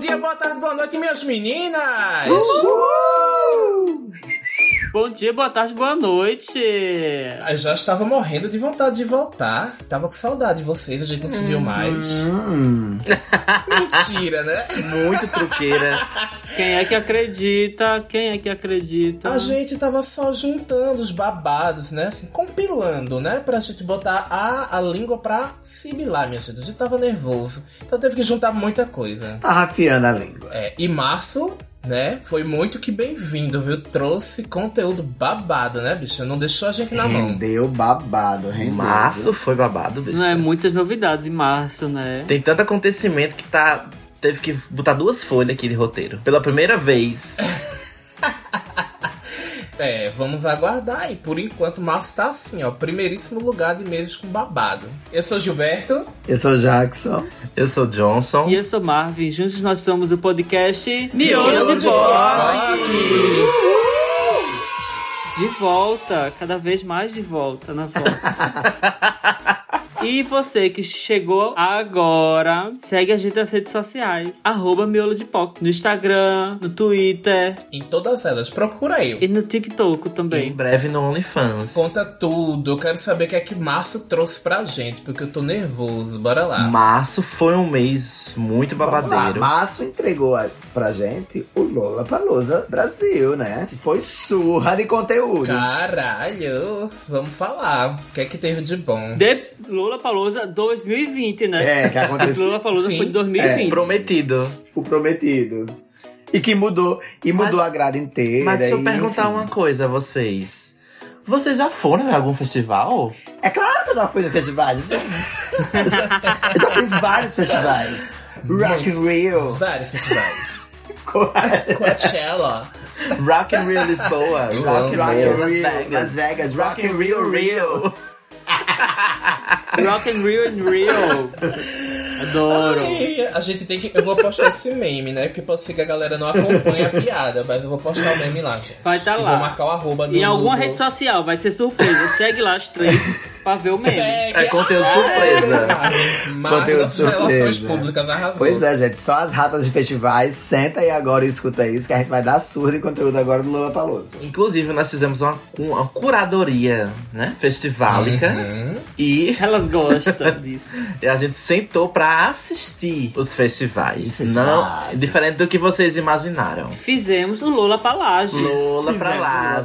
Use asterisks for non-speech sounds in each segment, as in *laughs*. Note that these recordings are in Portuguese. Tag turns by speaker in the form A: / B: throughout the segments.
A: dia, boa tarde, boa noite, minhas meninas!
B: Bom dia, boa tarde, boa noite.
A: Eu já estava morrendo de vontade de voltar. Tava com saudade de vocês, a gente não se viu mais.
C: Hum.
A: Mentira, né?
D: Muito truqueira.
B: Quem é que acredita? Quem é que acredita?
A: A Ah, gente tava só juntando os babados, né? Assim, compilando, né? Pra gente botar a, a língua pra similar, minha gente. A gente tava nervoso. Então teve que juntar muita coisa.
D: *laughs* Tá rafiando a língua.
A: É, e março, né? Foi muito que bem-vindo, viu? Trouxe conteúdo babado, né, bicho? Não deixou a gente
C: Hum.
D: Uhum.
A: na mão.
D: Rendeu babado, rendeu.
C: Março foi babado, bicho.
B: Não é muitas novidades em março, né?
C: Tem tanto acontecimento que tá. Teve que botar duas folhas aqui de roteiro. Pela primeira vez.
A: É, vamos aguardar. E por enquanto, março tá assim, ó. Primeiríssimo lugar de meses com babado. Eu sou Gilberto.
D: Eu sou o Jackson.
C: Eu sou Johnson.
B: E eu sou Marvin, juntos nós somos o podcast
A: Miolo de Bock.
B: De volta, cada vez mais de volta na volta. E você que chegou agora, segue a gente nas redes sociais. Arroba Miolo de Poc. No Instagram, no Twitter
A: Em todas elas, procura aí.
B: e no TikTok
C: Em
B: também.
C: breve no OnlyFans.
A: Conta tudo. Eu quero saber o que é que Março trouxe pra gente, porque eu tô nervoso. Bora lá.
C: Março foi um mês muito
D: Vamos lá,
C: babadeiro.
D: Março entregou a- pra gente o Lola Palusa Brasil, né? Que Foi surra de conteúdo.
A: Caralho, vamos falar. O que é que teve de bom?
B: De Lula Palusa 2020, né?
D: É, que
B: Esse
C: *laughs*
D: aconteceu
B: Lula Palusa
A: Sim.
B: foi em
C: É,
B: 2020.
C: Prometido.
D: o prometido. E que mudou. E mudou
C: Mas-
D: a grade inteira.
C: Mas deixa eu
D: e,
C: perguntar
D: enfim.
C: uma coisa a vocês. Vocês já foram em algum festival?
D: É claro que eu já fui no
C: *laughs*
D: festival. Eu já, eu já fui em vários festivais. Rock in
A: Muitos.
C: *laughs*
D: Rio.
A: Vários festivais.
D: Rock
A: Coachella.
C: Rock in Rio Lisboa,
A: Eu
C: Rock in
A: amo.
C: Rio
D: in
C: Las
D: Rio, Las
C: Vegas,
D: Vegas. Rock in Rio, Rio.
B: Rock and Rio and Rio. Adoro.
A: Ai, a gente tem que. Eu vou postar esse meme, né? Porque pode ser que a galera não acompanhe a piada, mas eu vou postar o meme lá, gente.
B: Vai tá
A: E
B: lá.
A: Vou marcar o arroba no
B: Em alguma
A: Google.
B: rede social, vai ser surpresa. Segue lá as três pra ver o meme.
A: Segue.
C: É conteúdo surpresa.
A: Marcos,
D: Conteúdo surpresa.
A: relações públicas arrasou.
D: Pois é, gente, só as ratas de festivais. Senta aí agora e escuta isso, que a gente vai dar surda em conteúdo agora do Lula Palusa.
C: Inclusive, nós fizemos uma, uma curadoria, né? Festivalica.
A: Uhum.
C: E *laughs*
B: Elas gostam disso.
C: a gente sentou pra assistir os festivais.
D: Os festivais.
C: Não, diferente do que vocês imaginaram.
B: Fizemos o Lola Palage.
C: Lola pra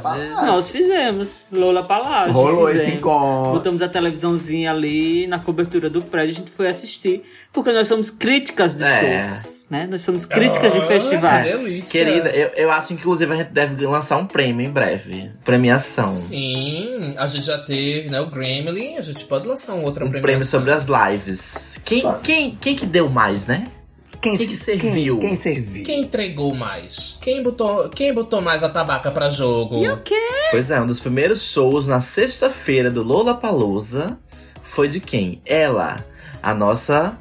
D: Fizemos Lola pra
C: Lages.
D: Lages.
B: Nós fizemos. Lola Palage.
D: Rolou
B: fizemos.
D: esse encontro.
B: Botamos a televisãozinha ali na cobertura do prédio, a gente foi assistir. Porque nós somos críticas de
C: É.
B: shows. Né? Nós somos críticas de
A: Ah, Que
B: festivais.
A: delícia.
C: Querida, eu, eu acho que inclusive a gente deve lançar um prêmio em breve. Premiação.
A: Sim, a gente já teve, né? O Gremlin, a gente pode lançar um outro
C: Um prêmio sobre as lives. Quem,
D: Claro.
C: quem, quem que deu mais, né?
D: Quem,
C: Quem
D: se-
C: serviu?
D: Quem, quem serviu?
A: Quem entregou mais? Quem botou, quem botou mais a tabaca pra jogo?
B: E o quê?
C: Pois é, um dos primeiros shows na sexta-feira do Lollapalooza foi de quem? Ela, a nossa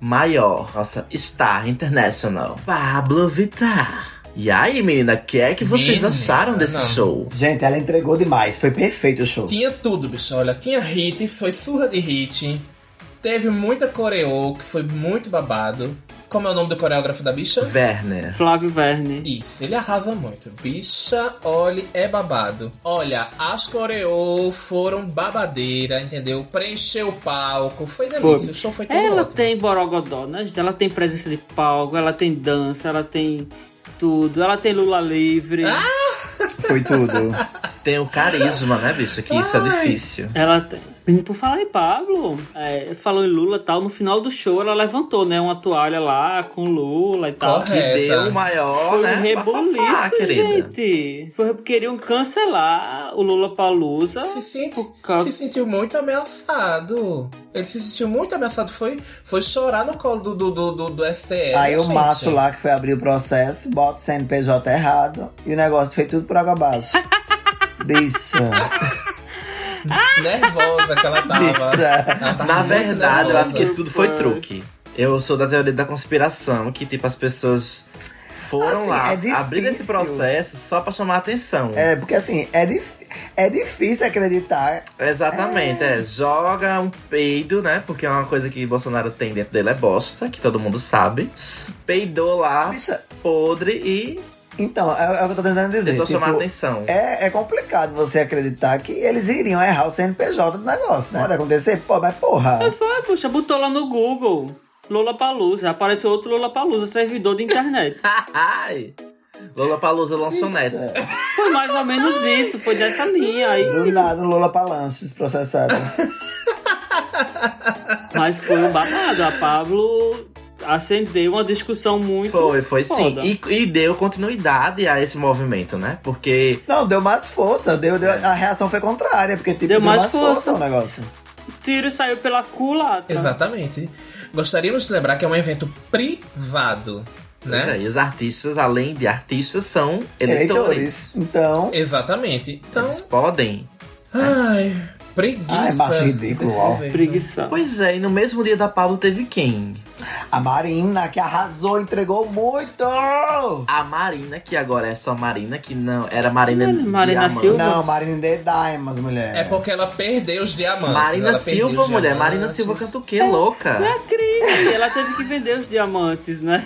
C: maior, nossa star international, Pablo Vittar. E aí, menina, o que é que vocês
A: Menina,
C: acharam desse
A: não.
C: show?
D: Gente, ela entregou demais. Foi perfeito o show.
A: Tinha tudo, bicho. Olha, tinha hit, foi surra de hit. Teve muita coreô, que foi muito babado. Como é o nome do coreógrafo da bicha?
C: Werner.
B: Flávio Verne.
A: Isso, ele arrasa muito. Bicha, olhe, é babado. Olha, as coreô foram babadeira, entendeu? Preencheu o palco, foi delícia.
D: Foi.
A: O show foi todo
B: Ela
A: ótimo.
B: tem borogodó, né? gente? Ela tem presença de palco, ela tem dança, ela tem tudo. Ela tem Lula livre.
A: Ah!
D: Foi *laughs* tudo.
C: Tem o carisma, né, bicho? Que isso é difícil.
B: Ela tem. Menino, por falar em Pablo, é, falou em Lula e tal, no final do show ela levantou, né, uma toalha lá com Lula e tal.
A: Correto.
C: Que
A: É,
C: deu
A: tá.
C: o maior,
B: Foi
C: né?
B: um
C: bafafá,
B: reboliço, gente. Foi, queriam cancelar o Lula Palusa.
A: se, sente,
B: por causa-
A: se sentiu muito ameaçado. Ele se sentiu muito ameaçado. Foi, foi chorar no colo do, do, do, do, do STL.
D: Aí o
A: gente.
D: macho lá que foi abrir o processo, bota o CNPJ errado e o negócio foi tudo por água *laughs* abaixo. Bicha.
A: Nervosa que ela tava.
D: Bicha.
A: Ela tava
C: Na
A: Tá muito
C: verdade, eu
A: nervosa.
C: acho que isso tudo foi
B: Foi.
C: truque. Eu sou da teoria da conspiração, que tipo, as pessoas foram
D: Assim,
C: lá
D: é
C: abrir esse
D: difícil.
C: processo só pra chamar atenção.
D: É, porque assim, é difícil. É difícil acreditar.
C: Exatamente, é. Joga um peido, né? Porque é uma coisa que Bolsonaro tem dentro dele é bosta, que todo mundo sabe. S- Peidou lá,
D: Bicha,
C: podre, e
D: Então, é, é o que eu tô tentando dizer.
C: tentou chamar
D: tipo,
C: atenção.
D: É, é complicado você acreditar que eles iriam errar o CNPJ do negócio, né? Pode acontecer? Pô, mas porra.
B: Mas É, Foi, puxa, botou lá no Google. Lola Palusa, apareceu outro Lola Palusa, servidor de internet.
C: Ai! Lola Palusa lanchonete.
D: Isso é.
B: Foi mais ou menos isso, foi dessa linha aí.
D: Do nada, o Lola Palanches processado.
B: Mas foi um babado. A Pablo acendeu uma discussão muito.
C: Foi, foi sim.
B: foda.
C: E, e deu continuidade a esse movimento, né? Porque
D: Não, deu mais força. Deu, deu-
C: É.
D: A reação foi contrária, porque tipo,
B: Deu
D: deu,
B: mais
D: mais, força.
B: força.
D: o negócio.
B: O tiro saiu pela culata.
A: Exatamente. Gostaríamos de lembrar que é um evento privado, né?
C: né? e os artistas, além de artistas, são eleitores.
D: Eleitores. Então.
A: Exatamente. Então,
C: é. Eles podem.
A: ai, preguiça.
D: Ai, macho é ridículo,
A: desse
D: ó.
A: governo.
B: Preguiça.
C: Pois é, e no mesmo dia da Pablo teve quem?
D: A Marina, que arrasou, entregou muito!
C: A Marina, que agora é só Marina, que não era Marina.
B: Olha, Marina
C: Diamante.
B: Silva.
D: Não, Marina de Diamonds, mulher.
A: É porque ela perdeu os diamantes.
C: Marina
A: ela perdeu
C: Silva,
A: os
C: mulher.
A: diamantes.
C: Marina Silva canta o quê, louca?
B: É a crise. Ela teve que vender os diamantes, né?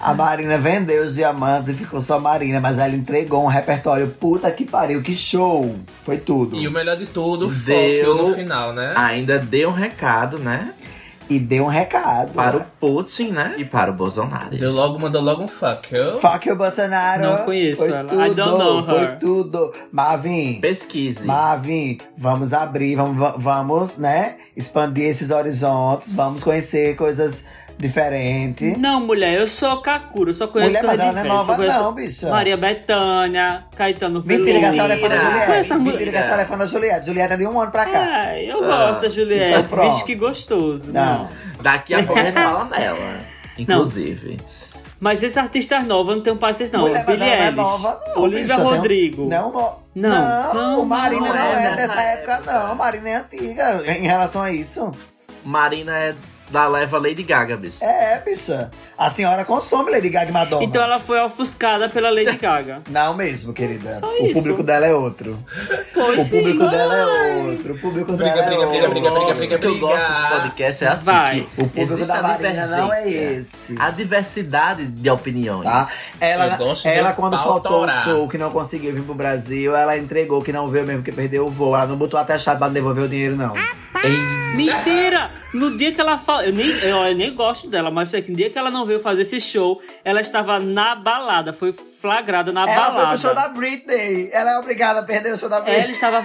D: A Marina vendeu os diamantes e ficou só Marina, mas ela entregou um repertório puta que pariu, que show! Foi tudo.
A: E o melhor de tudo,
C: Deu-
A: Fóquio no final, né?
C: Ainda deu um recado, né?
D: E deu um recado.
C: Para
A: É.
C: o Putin, né? E para o Bolsonaro.
A: Deu logo, mandou logo um fuck you.
D: Fuck you, Bolsonaro!
B: Não conheço
D: foi
B: ela.
D: Tudo,
B: I don't know
D: Foi
B: her.
D: tudo. Marvin,
C: Pesquise.
D: Marvin, vamos abrir, vamos, va- vamos, né, expandir esses horizontes, vamos conhecer coisas diferentes.
B: Não, mulher, eu sou Kakura, eu só conheço
D: Mulher, mas
B: coisa
D: ela
B: de
D: não é
B: festa, eu
D: nova
B: conheço
D: não, bicha.
B: Maria Bethânia, Caetano Ah,
D: Mentira, que a senhora é fã da
C: Mentira.
D: Juliette.
B: Conheço a Ah,
D: Mentira,
B: mulher.
D: que a senhora é fã da Juliette. Juliette é de um ano pra cá.
B: Ai, eu gosto da Juliette.
D: então pronto.
B: Vixe, que gostoso. né?
D: Não.
C: Daqui a pouco a
B: *laughs*
C: gente fala nela. Inclusive.
B: Mas esse artista nova, eu não tenho paciência, não.
D: Mulher, mas
B: Billie
D: ela não é
B: Eilish.
D: nova, não.
B: Olivia
D: bicha, tem um-
B: Rodrigo.
D: Não, no- não,
B: Não. Não,
D: Marina
C: não
D: não,
C: é
D: é,
C: dessa
D: dessa época,
C: época.
D: não. Marina é antiga em relação a isso.
C: Marina é da leva Lady Gaga, bicho.
D: É, bicha. A senhora consome Lady Gaga e Madonna.
B: Então ela foi ofuscada pela Lady Gaga.
D: Não mesmo, querida.
B: Só
D: o
B: isso.
D: público dela é outro.
B: Foi
D: o público
B: sim.
D: dela é outro. O público
A: Briga,
D: dela é
A: briga, briga,
D: outro.
A: briga, briga, briga.
C: O que eu gosto desse podcast é assim.
B: Vai.
C: que
D: O público
C: existe
D: da
C: a
D: Marina não é
C: divergência.
D: esse.
C: A diversidade de opiniões.
D: Tá?
A: Eu
D: Ela,
A: gosto
D: ela
A: de
D: quando
A: pau
D: faltou o
A: torar.
D: show que não conseguiu vir pro Brasil, ela entregou que não veio mesmo, que perdeu o voo. Ela não botou até chato pra devolver o dinheiro, não.
B: Ah,
C: Ei,
B: né? Mentira! No dia que ela fala. Eu nem, eu, eu nem gosto dela, mas é que no dia que ela não veio fazer esse show, ela estava na balada. Foi flagrada na
D: Ela
B: balada.
D: foi pro show da Britney. Ela é obrigada a perder o show da
B: Ela
D: Britney.
B: estava.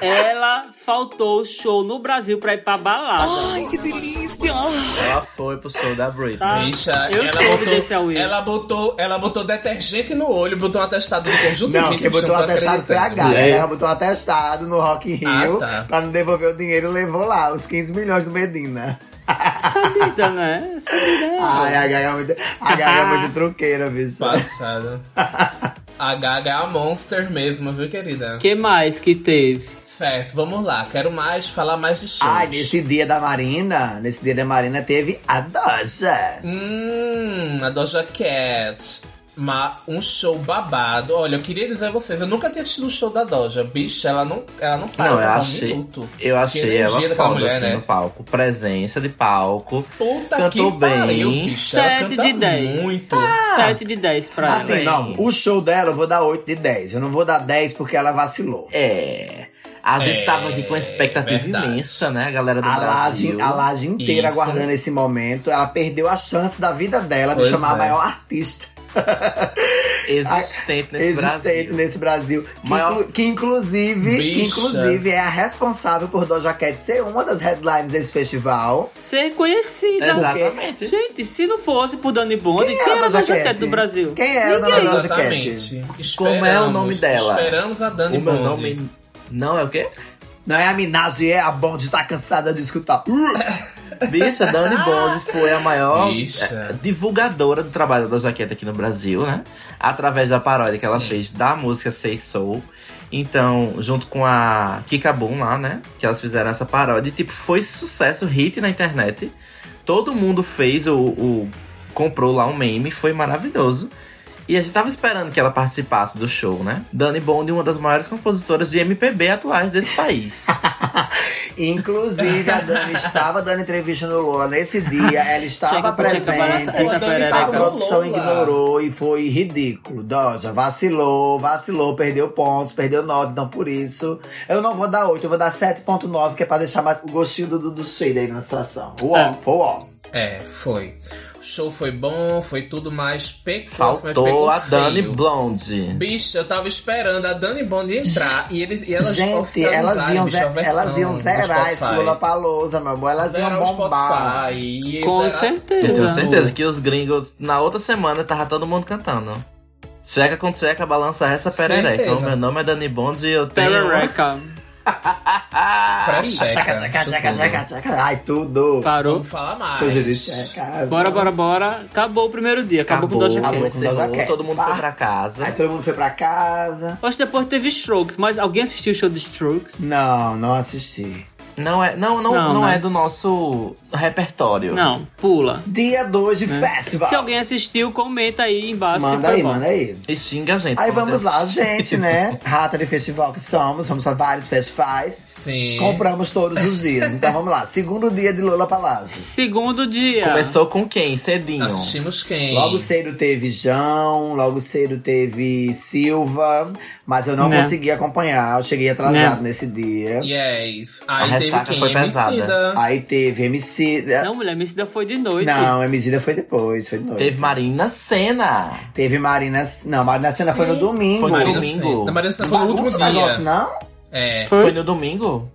B: ela faltou o show no Brasil pra ir pra
D: *gasps*
B: balada.
C: ela foi pro show da Britney.
B: Tá.
A: Ah, Bicha,
B: Eu
A: ela
B: sei desse
A: botou,
B: Aue.
A: ela botou. Ela botou detergente no olho, botou um atestado do conjunto
D: Não,
A: e
D: quem botou o atestado foi a Gaga.
C: Mulher.
D: Ela botou o atestado no Rock in
A: Ah,
D: Rio
A: tá.
D: pra não devolver o dinheiro levou lá os 15 milhões do Medina. *laughs*
B: Essa vida, né? Essa vida é.
D: Ai, a Gaga é muito, a Gaga é muito truqueira, bicho.
A: Passada. A Gaga é a monster mesmo, viu, querida?
B: que mais que teve?
A: Certo, vamos lá. Quero mais falar mais de shows.
D: *laughs* Ai, nesse dia da Marina, nesse dia da Marina teve a Doja.
A: Hum, a Doja Cat. Ma- um show babado. Olha, eu queria dizer a vocês, eu nunca tinha assistido o show da Doja. Bicha, ela não, ela não para
C: Não, eu
A: pra dar um
C: achei,
A: minuto.
C: eu achei
A: energia
C: ela
A: daquela
C: foda
A: mulher,
C: assim,
A: né?
C: no palco. Presença de palco.
A: Puta
C: Cantou
A: que pariu,
C: bem. Ah,
A: bicha. Ela
B: 7
A: canta
B: de 10.
A: Muito.
B: 7 de 10 pra ela.
D: Assim, não, o show dela eu vou dar 8 de 10. Eu não vou dar 10 porque ela vacilou.
C: É. A gente
A: É,
C: tava aqui com uma expectativa
A: verdade.
C: imensa, né, galera do
D: A
C: Brasil.
D: laje, a laje inteira
A: Isso.
D: aguardando esse momento. Ela perdeu a chance da vida dela de
A: Pois
D: chamar a
A: é.
D: maior artista
C: Existente nesse
D: existente
C: Brasil.
D: nesse Brasil. Que,
C: Maior-
D: inclu- que inclusive, que
A: Bicha.
D: inclusive é a responsável por Doja Cat ser uma das headlines desse festival.
B: Ser conhecida.
C: Exatamente.
B: Gente, se não fosse por Dani Bond, quem,
D: Quem era
B: era
D: a
B: da
D: Doja
B: Jaquete
D: Cat?
B: do Brasil?
D: Quem é era a
B: Ninguém.
D: Doja Cat?
A: Exatamente.
C: Como é o nome
A: Esperamos-
C: dela?
A: Esperamos a Dani
C: O meu
A: Bond.
C: nome não é o quê?
D: Não é a Minaj, é a Bond tá cansada de escutar.
C: Bicha,
A: *laughs*
C: Dani Bond foi a maior
A: Bicha.
C: eh, divulgadora do trabalho da jaqueta aqui no Brasil, né? Através da paródia que ela
A: Sim.
C: fez da música Sei Soul. Então, junto com a Kika Boom lá, né? Que elas fizeram essa paródia. E, tipo, foi sucesso, hit na internet. Todo mundo fez o. o- comprou lá um meme, foi maravilhoso. E a gente tava esperando que ela participasse do show, né? Dani Bond, uma das maiores compositoras de MPB atuais
A: *laughs*
C: desse país.
D: *laughs* Inclusive, a
B: *laughs*
D: Dani estava dando entrevista no Lola nesse dia, ela estava
B: Chega, chega,
D: presente.
B: essa- essa
D: a
B: perereca.
D: produção
A: Lola.
D: ignorou e foi ridículo. Doja, vacilou, vacilou, perdeu pontos, perdeu nota. Então, por isso, eu não vou dar 8, eu vou dar 7,9, que é pra deixar mais o gostinho do, do, do cheiro aí na situação. Uó,
B: É.
D: foi uó.
A: É, foi. O show foi bom, foi tudo mais pecou, mas
C: Faltou
A: pecou
C: a Dani
A: feio.
C: Blonde.
A: Bicha, eu tava esperando a Dani Bond entrar e, eles, e elas
D: Gente, elas iam,
A: oficializaram, bicho, a
D: ze-
A: versão
D: elas iam
A: no
D: zerar esse
A: Spotify.
D: Lula Palousa, meu amor. Elas
A: Zerar
D: iam
A: o
D: bombar.
A: Spotify. e
B: Com
A: zerar-
C: Eu tenho
A: Tudo.
B: certeza.
C: certeza que os gringos, na outra semana, tava todo mundo cantando. Checa com checa, balança essa perereca.
A: Certeza.
C: O meu nome é Dani Bond e eu tenho...
B: Perereca.
A: Pré-checa,
D: Tchaca, tchaca,
A: isso
D: tchaca,
A: tudo.
D: tchaca, tchaca. Ai, tudo.
B: Parou.
A: Vamos falar
D: Coisa de
A: mais.
D: tchaca.
B: Bora, bora, bora. Acabou o primeiro dia. Acabou, com o Doja
D: acabou
B: Cat.
D: com Doja
C: encerrou,
D: Cat.
C: Todo mundo
D: Pá.
C: foi pra
D: Aí
C: casa.
D: todo mundo foi pra casa.
B: Acho que depois teve Strokes. Mas alguém assistiu o show de Strokes?
D: Não, não assisti.
C: Não é, não, não,
B: Não,
C: não,
B: né?
C: é do nosso repertório.
B: Não, pula.
D: Dia 2 de festival.
B: É. Se alguém assistiu, comenta aí embaixo se
D: Manda
B: foi
D: aí,
B: bom.
D: manda aí.
C: E xinga a gente.
D: Aí
C: como
D: vamos lá,
C: Deus.
D: gente,
B: *laughs*
D: né? Rata de festival que somos, somos a vários festivais.
A: Sim.
D: Compramos todos os dias. Então vamos lá. Segundo dia de Lula Palácio.
B: Segundo dia.
C: *laughs* Começou com quem?
D: Tá
C: Cedinho.
A: Assistimos quem?
D: Logo cedo teve Jão, logo cedo teve Silva, mas eu não
B: Né.
D: consegui acompanhar, eu cheguei atrasado
B: Né.
D: nesse dia.
A: Yes.
C: A
A: Aí teve
C: ressaca
A: quem?
C: foi pesada.
A: Emicida.
D: Aí teve MC.
B: Não, mulher, Messida foi de noite.
D: Não, Emicida foi depois, foi de noite.
C: Teve Marina Senna.
D: Teve Marina. Não, Marina Sena foi no
A: Sim.
D: domingo.
C: Foi no
A: Marina
C: domingo.
A: Senna. Na Marina Senna foi no
D: Bagunça
A: último
D: o negócio,
A: dia.
D: não?
A: É.
B: Foi?
C: Foi no domingo?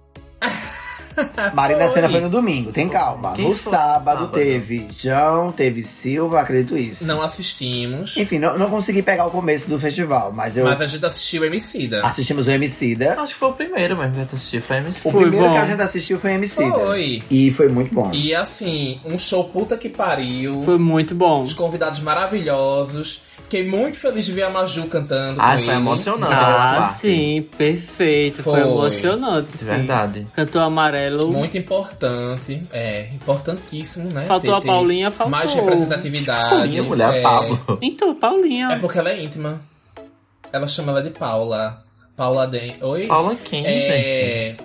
D: Marina Sena foi no domingo, tem calma.
C: Quem
D: no
C: foi no
D: sábado,
C: sábado?
D: teve João, teve Silva, acredito isso.
A: Não assistimos.
D: Enfim, não, não consegui pegar o começo do festival, mas eu
A: Mas é. a gente assistiu Emicida.
D: assistimos o Emicida.
C: Acho que foi o primeiro mesmo que eu assisti. Ah, Foi MC.
D: O
B: Foi
D: primeiro
B: bom.
D: que a gente assistiu foi Emicida.
A: Foi.
D: E foi muito bom.
A: E assim, um show puta que pariu.
B: Foi muito bom.
A: Os convidados maravilhosos. Fiquei muito feliz de ver a Maju cantando.
D: Ah,
C: Ai,
A: com
C: foi
A: ele.
C: emocionante.
D: tá
C: aquela
B: Ah,
C: parte.
B: sim, perfeito. Foi,
A: Foi.
D: É
B: emocionante, sim.
C: Verdade.
B: Cantou amarelo.
A: Muito importante. É, importantíssimo, né?
B: Faltou a Paulinha, faltou.
A: Mais
D: Tá
A: representatividade.
C: Minha mulher,
A: é,
C: Pablo.
B: Então, Paulinha.
A: É porque ela é íntima. Ela chama ela de Paula. Paula Den. Oi?
C: Paula quem, gente?
A: é...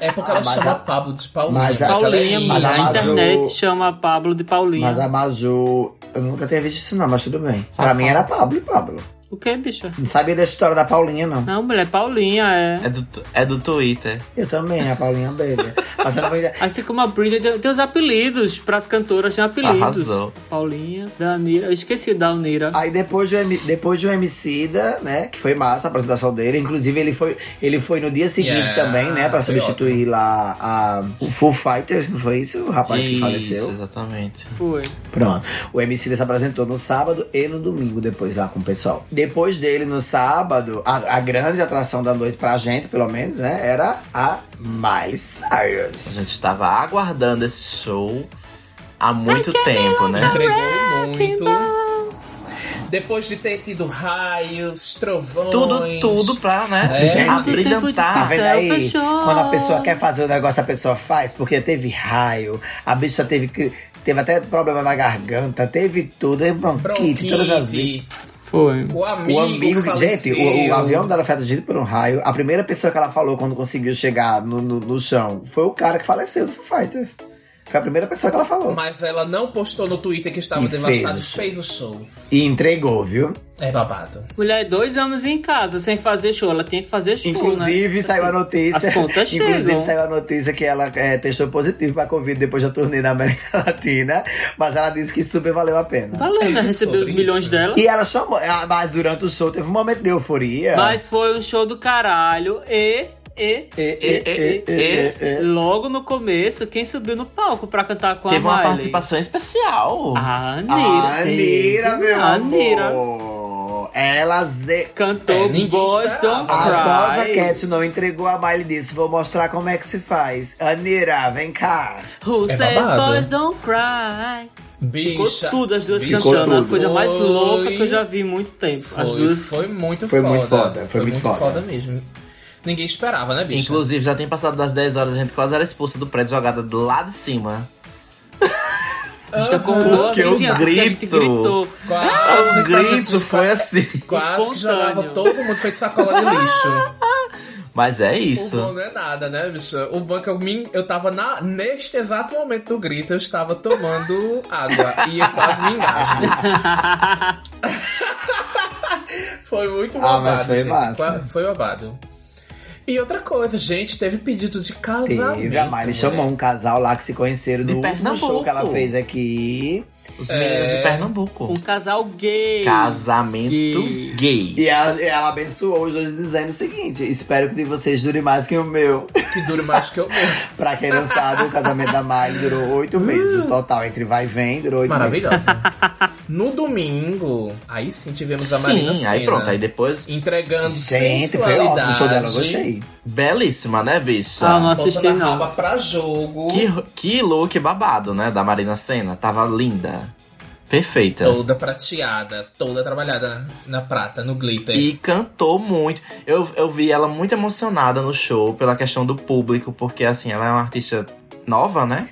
A: é porque ela
D: Ah, mas
A: chama
D: a-
A: Pablo de Paulinha.
D: mas a-
A: porque ela é
B: Paulinha,
A: íntima.
B: mas
D: mas
B: a
D: a
B: internet
D: Maju-
B: chama Pablo de Paulinha.
D: Mas a Maju. Eu nunca tinha visto isso, não, mas tudo bem. Pra mim era Pablo e Pablo.
B: O que, bicha?
D: Não sabia da história da Paulinha, não.
B: Não, mulher, Paulinha é.
C: É do, é do Twitter.
D: Eu também, a Paulinha Baby. mas eu não vou
B: Assim como a Britney tem, tem os apelidos pras cantoras, tem apelidos.
C: Arrasou.
B: Paulinha, Danira. Eu esqueci da Unira.
D: Aí depois do, M- depois do Emicida, né, que foi massa a apresentação dele, inclusive ele foi, ele foi no dia seguinte
A: Yeah,
D: também, né, pra
A: foi
D: substituir lá a, o Foo Fighters, não foi isso? O rapaz que
C: Isso,
D: faleceu.
C: exatamente.
B: Foi.
D: Pronto. O Emicida se apresentou no sábado e no domingo depois lá com o pessoal. Depois dele, no sábado, a, a grande atração da noite pra gente, pelo menos, né, era a Miley
C: A
D: Cyrus.
C: gente estava aguardando esse show há muito tempo, né?
A: Entregou muito. Depois de ter tido raios, trovões.
C: Tudo, tudo pra, né?
A: É.
D: Tá
C: Abrilhantar.
D: vendo
B: Céu
D: aí?
B: fechou.
D: Quando a pessoa quer fazer o negócio, a pessoa faz, porque teve raio, a bicha teve que. Teve até problema na garganta, teve tudo, e bronquite, todas as vezes.
A: Bronquite.
B: Foi.
A: O amigo,
D: O amigo, gente, o, o
A: faleceu.
D: avião dela foi atingido por um raio. A primeira pessoa que ela falou quando conseguiu chegar no, no, no chão foi o cara que faleceu do Foo Fighters. Foi a primeira pessoa que ela falou.
A: Mas ela não postou no Twitter que estava
D: E
A: devastada,
D: fez.
A: fez o show.
D: E entregou, viu?
A: É babado.
B: Mulher, dois anos em casa, sem fazer show. Ela tinha que fazer show,
D: Inclusive,
B: né?
D: saiu a notícia.
B: As contas
D: inclusive,
B: chegam.
D: saiu a notícia que ela é, testou positivo pra Covid depois da turnê na América *laughs* Latina. Mas ela disse que super valeu a pena.
B: Valeu, já
A: Sobre
B: Tá né? recebeu os
A: isso.
B: milhões dela.
D: E ela chamou. ah, Mas durante o show teve um momento de euforia.
B: Mas é, foi um show do caralho e. E,
D: E, e, e, e,
B: é,
D: e, e.
B: logo no começo, quem subiu no palco pra cantar com
C: Teve
B: a Ah,
C: uma
B: Miley?
C: participação especial.
B: A Anira.
D: A
B: teve.
D: Anira, meu
B: A Anira.
D: amor. Ela ze...
A: É,
B: Cantou
A: ninguém
B: Boys Don't
A: esperava.
D: A Doja
B: Cry.
D: Cat não entregou a Miley disse, vou mostrar como é que se faz. Anira, vem cá.
B: Who
A: É
B: said
A: babado.
B: Boys Don't Cry. Ficou
A: Bicha.
B: tudo, as duas
A: bicha,
B: cantando. A
D: tudo.
B: coisa mais
A: foi-
B: louca que eu já vi em muito tempo.
A: Foi,
B: As duas.
A: foi muito
D: Foi
A: foda.
D: muito foda, foi muito foda.
A: mesmo. Ninguém esperava, né, bicha?
C: Inclusive, já tem passado das 10 horas, a gente quase era expulsa do prédio jogada do lado de cima.
B: A gente acordou,
C: Que
B: assim,
C: os
B: a gente
A: *laughs*
C: gritos.
B: gritou.
C: Os
A: Ah, Quase,
C: gritos foi assim.
A: quase que jogava
B: Espontâneo.
A: todo mundo feito sacola de lixo.
C: Mas é
A: O bom
C: isso.
A: não é nada, né, bicha? O bom é que eu, me, eu tava na, neste exato momento do grito, eu estava tomando água e eu quase me engasgo. foi muito
D: Ah,
A: babado,
D: mas foi
A: gente.
D: massa.
A: Qua- Foi babado. E outra coisa, gente, teve pedido de casamento.
D: Teve, a Miley
A: né?
D: chamou um casal lá que se conheceram
C: De
D: no último
C: Pernambuco.
D: show que ela fez aqui.
C: Os meninos de Pernambuco.
B: Um casal gay.
C: Casamento
B: Gay.
C: gay.
D: E ela, e ela abençoou os dois dizendo o seguinte: Espero que de vocês dure mais que o meu. *laughs*
A: Que dure mais que eu mesmo.
D: pra quem não sabe, o casamento da Miley durou oito meses. O total entre vai e vem durou oito meses.
A: Maravilhosa. No domingo, aí sim tivemos a Marina
C: Sim, aí
A: Sena
C: pronto. Aí depois,
A: Entregando
D: Gente, foi ótimo o
A: sensualidade.
D: show dela, eu gostei.
C: belíssima, né, bicha?
B: Ah, não assisti
A: Botando a
B: não.
A: raba pra jogo.
C: Que, que look babado, né? Da Marina Senna. Tava linda. Perfeita.
A: Toda prateada, toda trabalhada na prata, no glitter.
C: E cantou muito. Eu, eu vi ela muito emocionada no show pela questão do público, porque assim, ela é uma artista nova, né?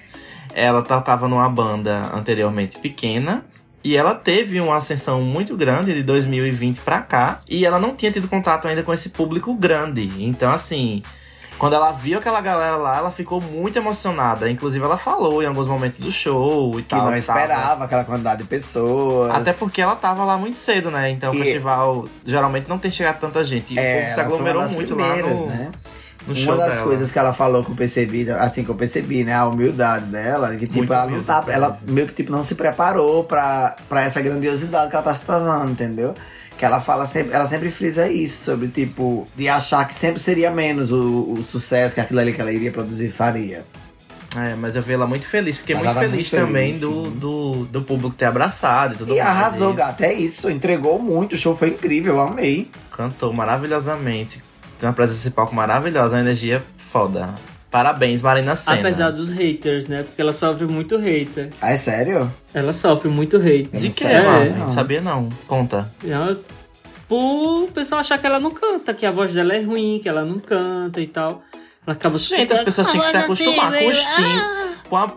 C: Ela tocava numa banda anteriormente pequena. E ela teve uma ascensão muito grande de 2020 pra cá. E ela não tinha tido contato ainda com esse público grande. Então, assim, quando ela viu aquela galera lá, ela ficou muito emocionada. Inclusive, ela falou em alguns momentos do show e
D: Que
C: tal.
D: não
C: tava-
D: esperava aquela quantidade de pessoas.
C: até porque ela tava lá muito cedo, né? Então
D: E-
C: o festival geralmente não tem chegado tanta gente. E o
D: é, ela
C: povo se
D: foi uma
C: aglomerou
D: das
C: muito lá
D: primeiras,
C: no,
D: né? uma
C: no show
D: das
C: dela.
D: coisas que ela falou que eu percebi, assim que eu percebi, né, a humildade dela, que tipo
C: Muito
D: ela não
C: humilde,
D: tá,
C: cara.
D: ela meio que tipo não se preparou pra, pra essa grandiosidade que ela tá se tornando, entendeu? Que ela fala sempre, ela sempre frisa isso sobre tipo de achar que sempre seria menos o, o sucesso que aquilo ali que ela iria produzir faria.
C: É, mas eu vi ela muito feliz. Fiquei
D: Mas
C: muito
D: ela tá
C: feliz,
D: muito feliz,
C: também do,
D: sim.
C: do, do público ter abraçado e tudo
D: e
C: mais.
D: arrasou,
C: E
D: gato, é isso, entregou muito, o show foi incrível, eu amei.
C: Cantou maravilhosamente. Tem uma presença de palco maravilhosa, uma energia foda. Parabéns, Marina Senna.
B: Apesar dos haters, né? Porque ela sofre muito hater.
D: Ah, é sério?
B: Ela sofre muito hate.
D: Eu
C: De
D: não
C: que,
D: sabia,
C: mano?
D: não.
C: Não sabia não. Conta.
B: Ela- Por o pessoal achar que ela não canta, que a voz dela é ruim, que ela não canta e tal. Ela acaba
C: Gente, as pessoas têm que se acostumar
B: assim,
C: com os timbres, com a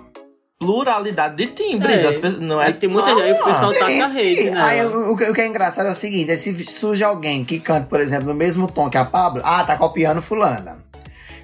C: pluralidade de timbres.
B: Ah. É.
C: As pessoas- não é
B: Aí tem muita gente, aí o pessoal
D: Gente,
B: taca hate, né?
D: aí, o, o que- o que é engraçado é o seguinte: é se surge alguém que canta, por exemplo, no mesmo tom que a Pablo, ah, tá copiando Fulana.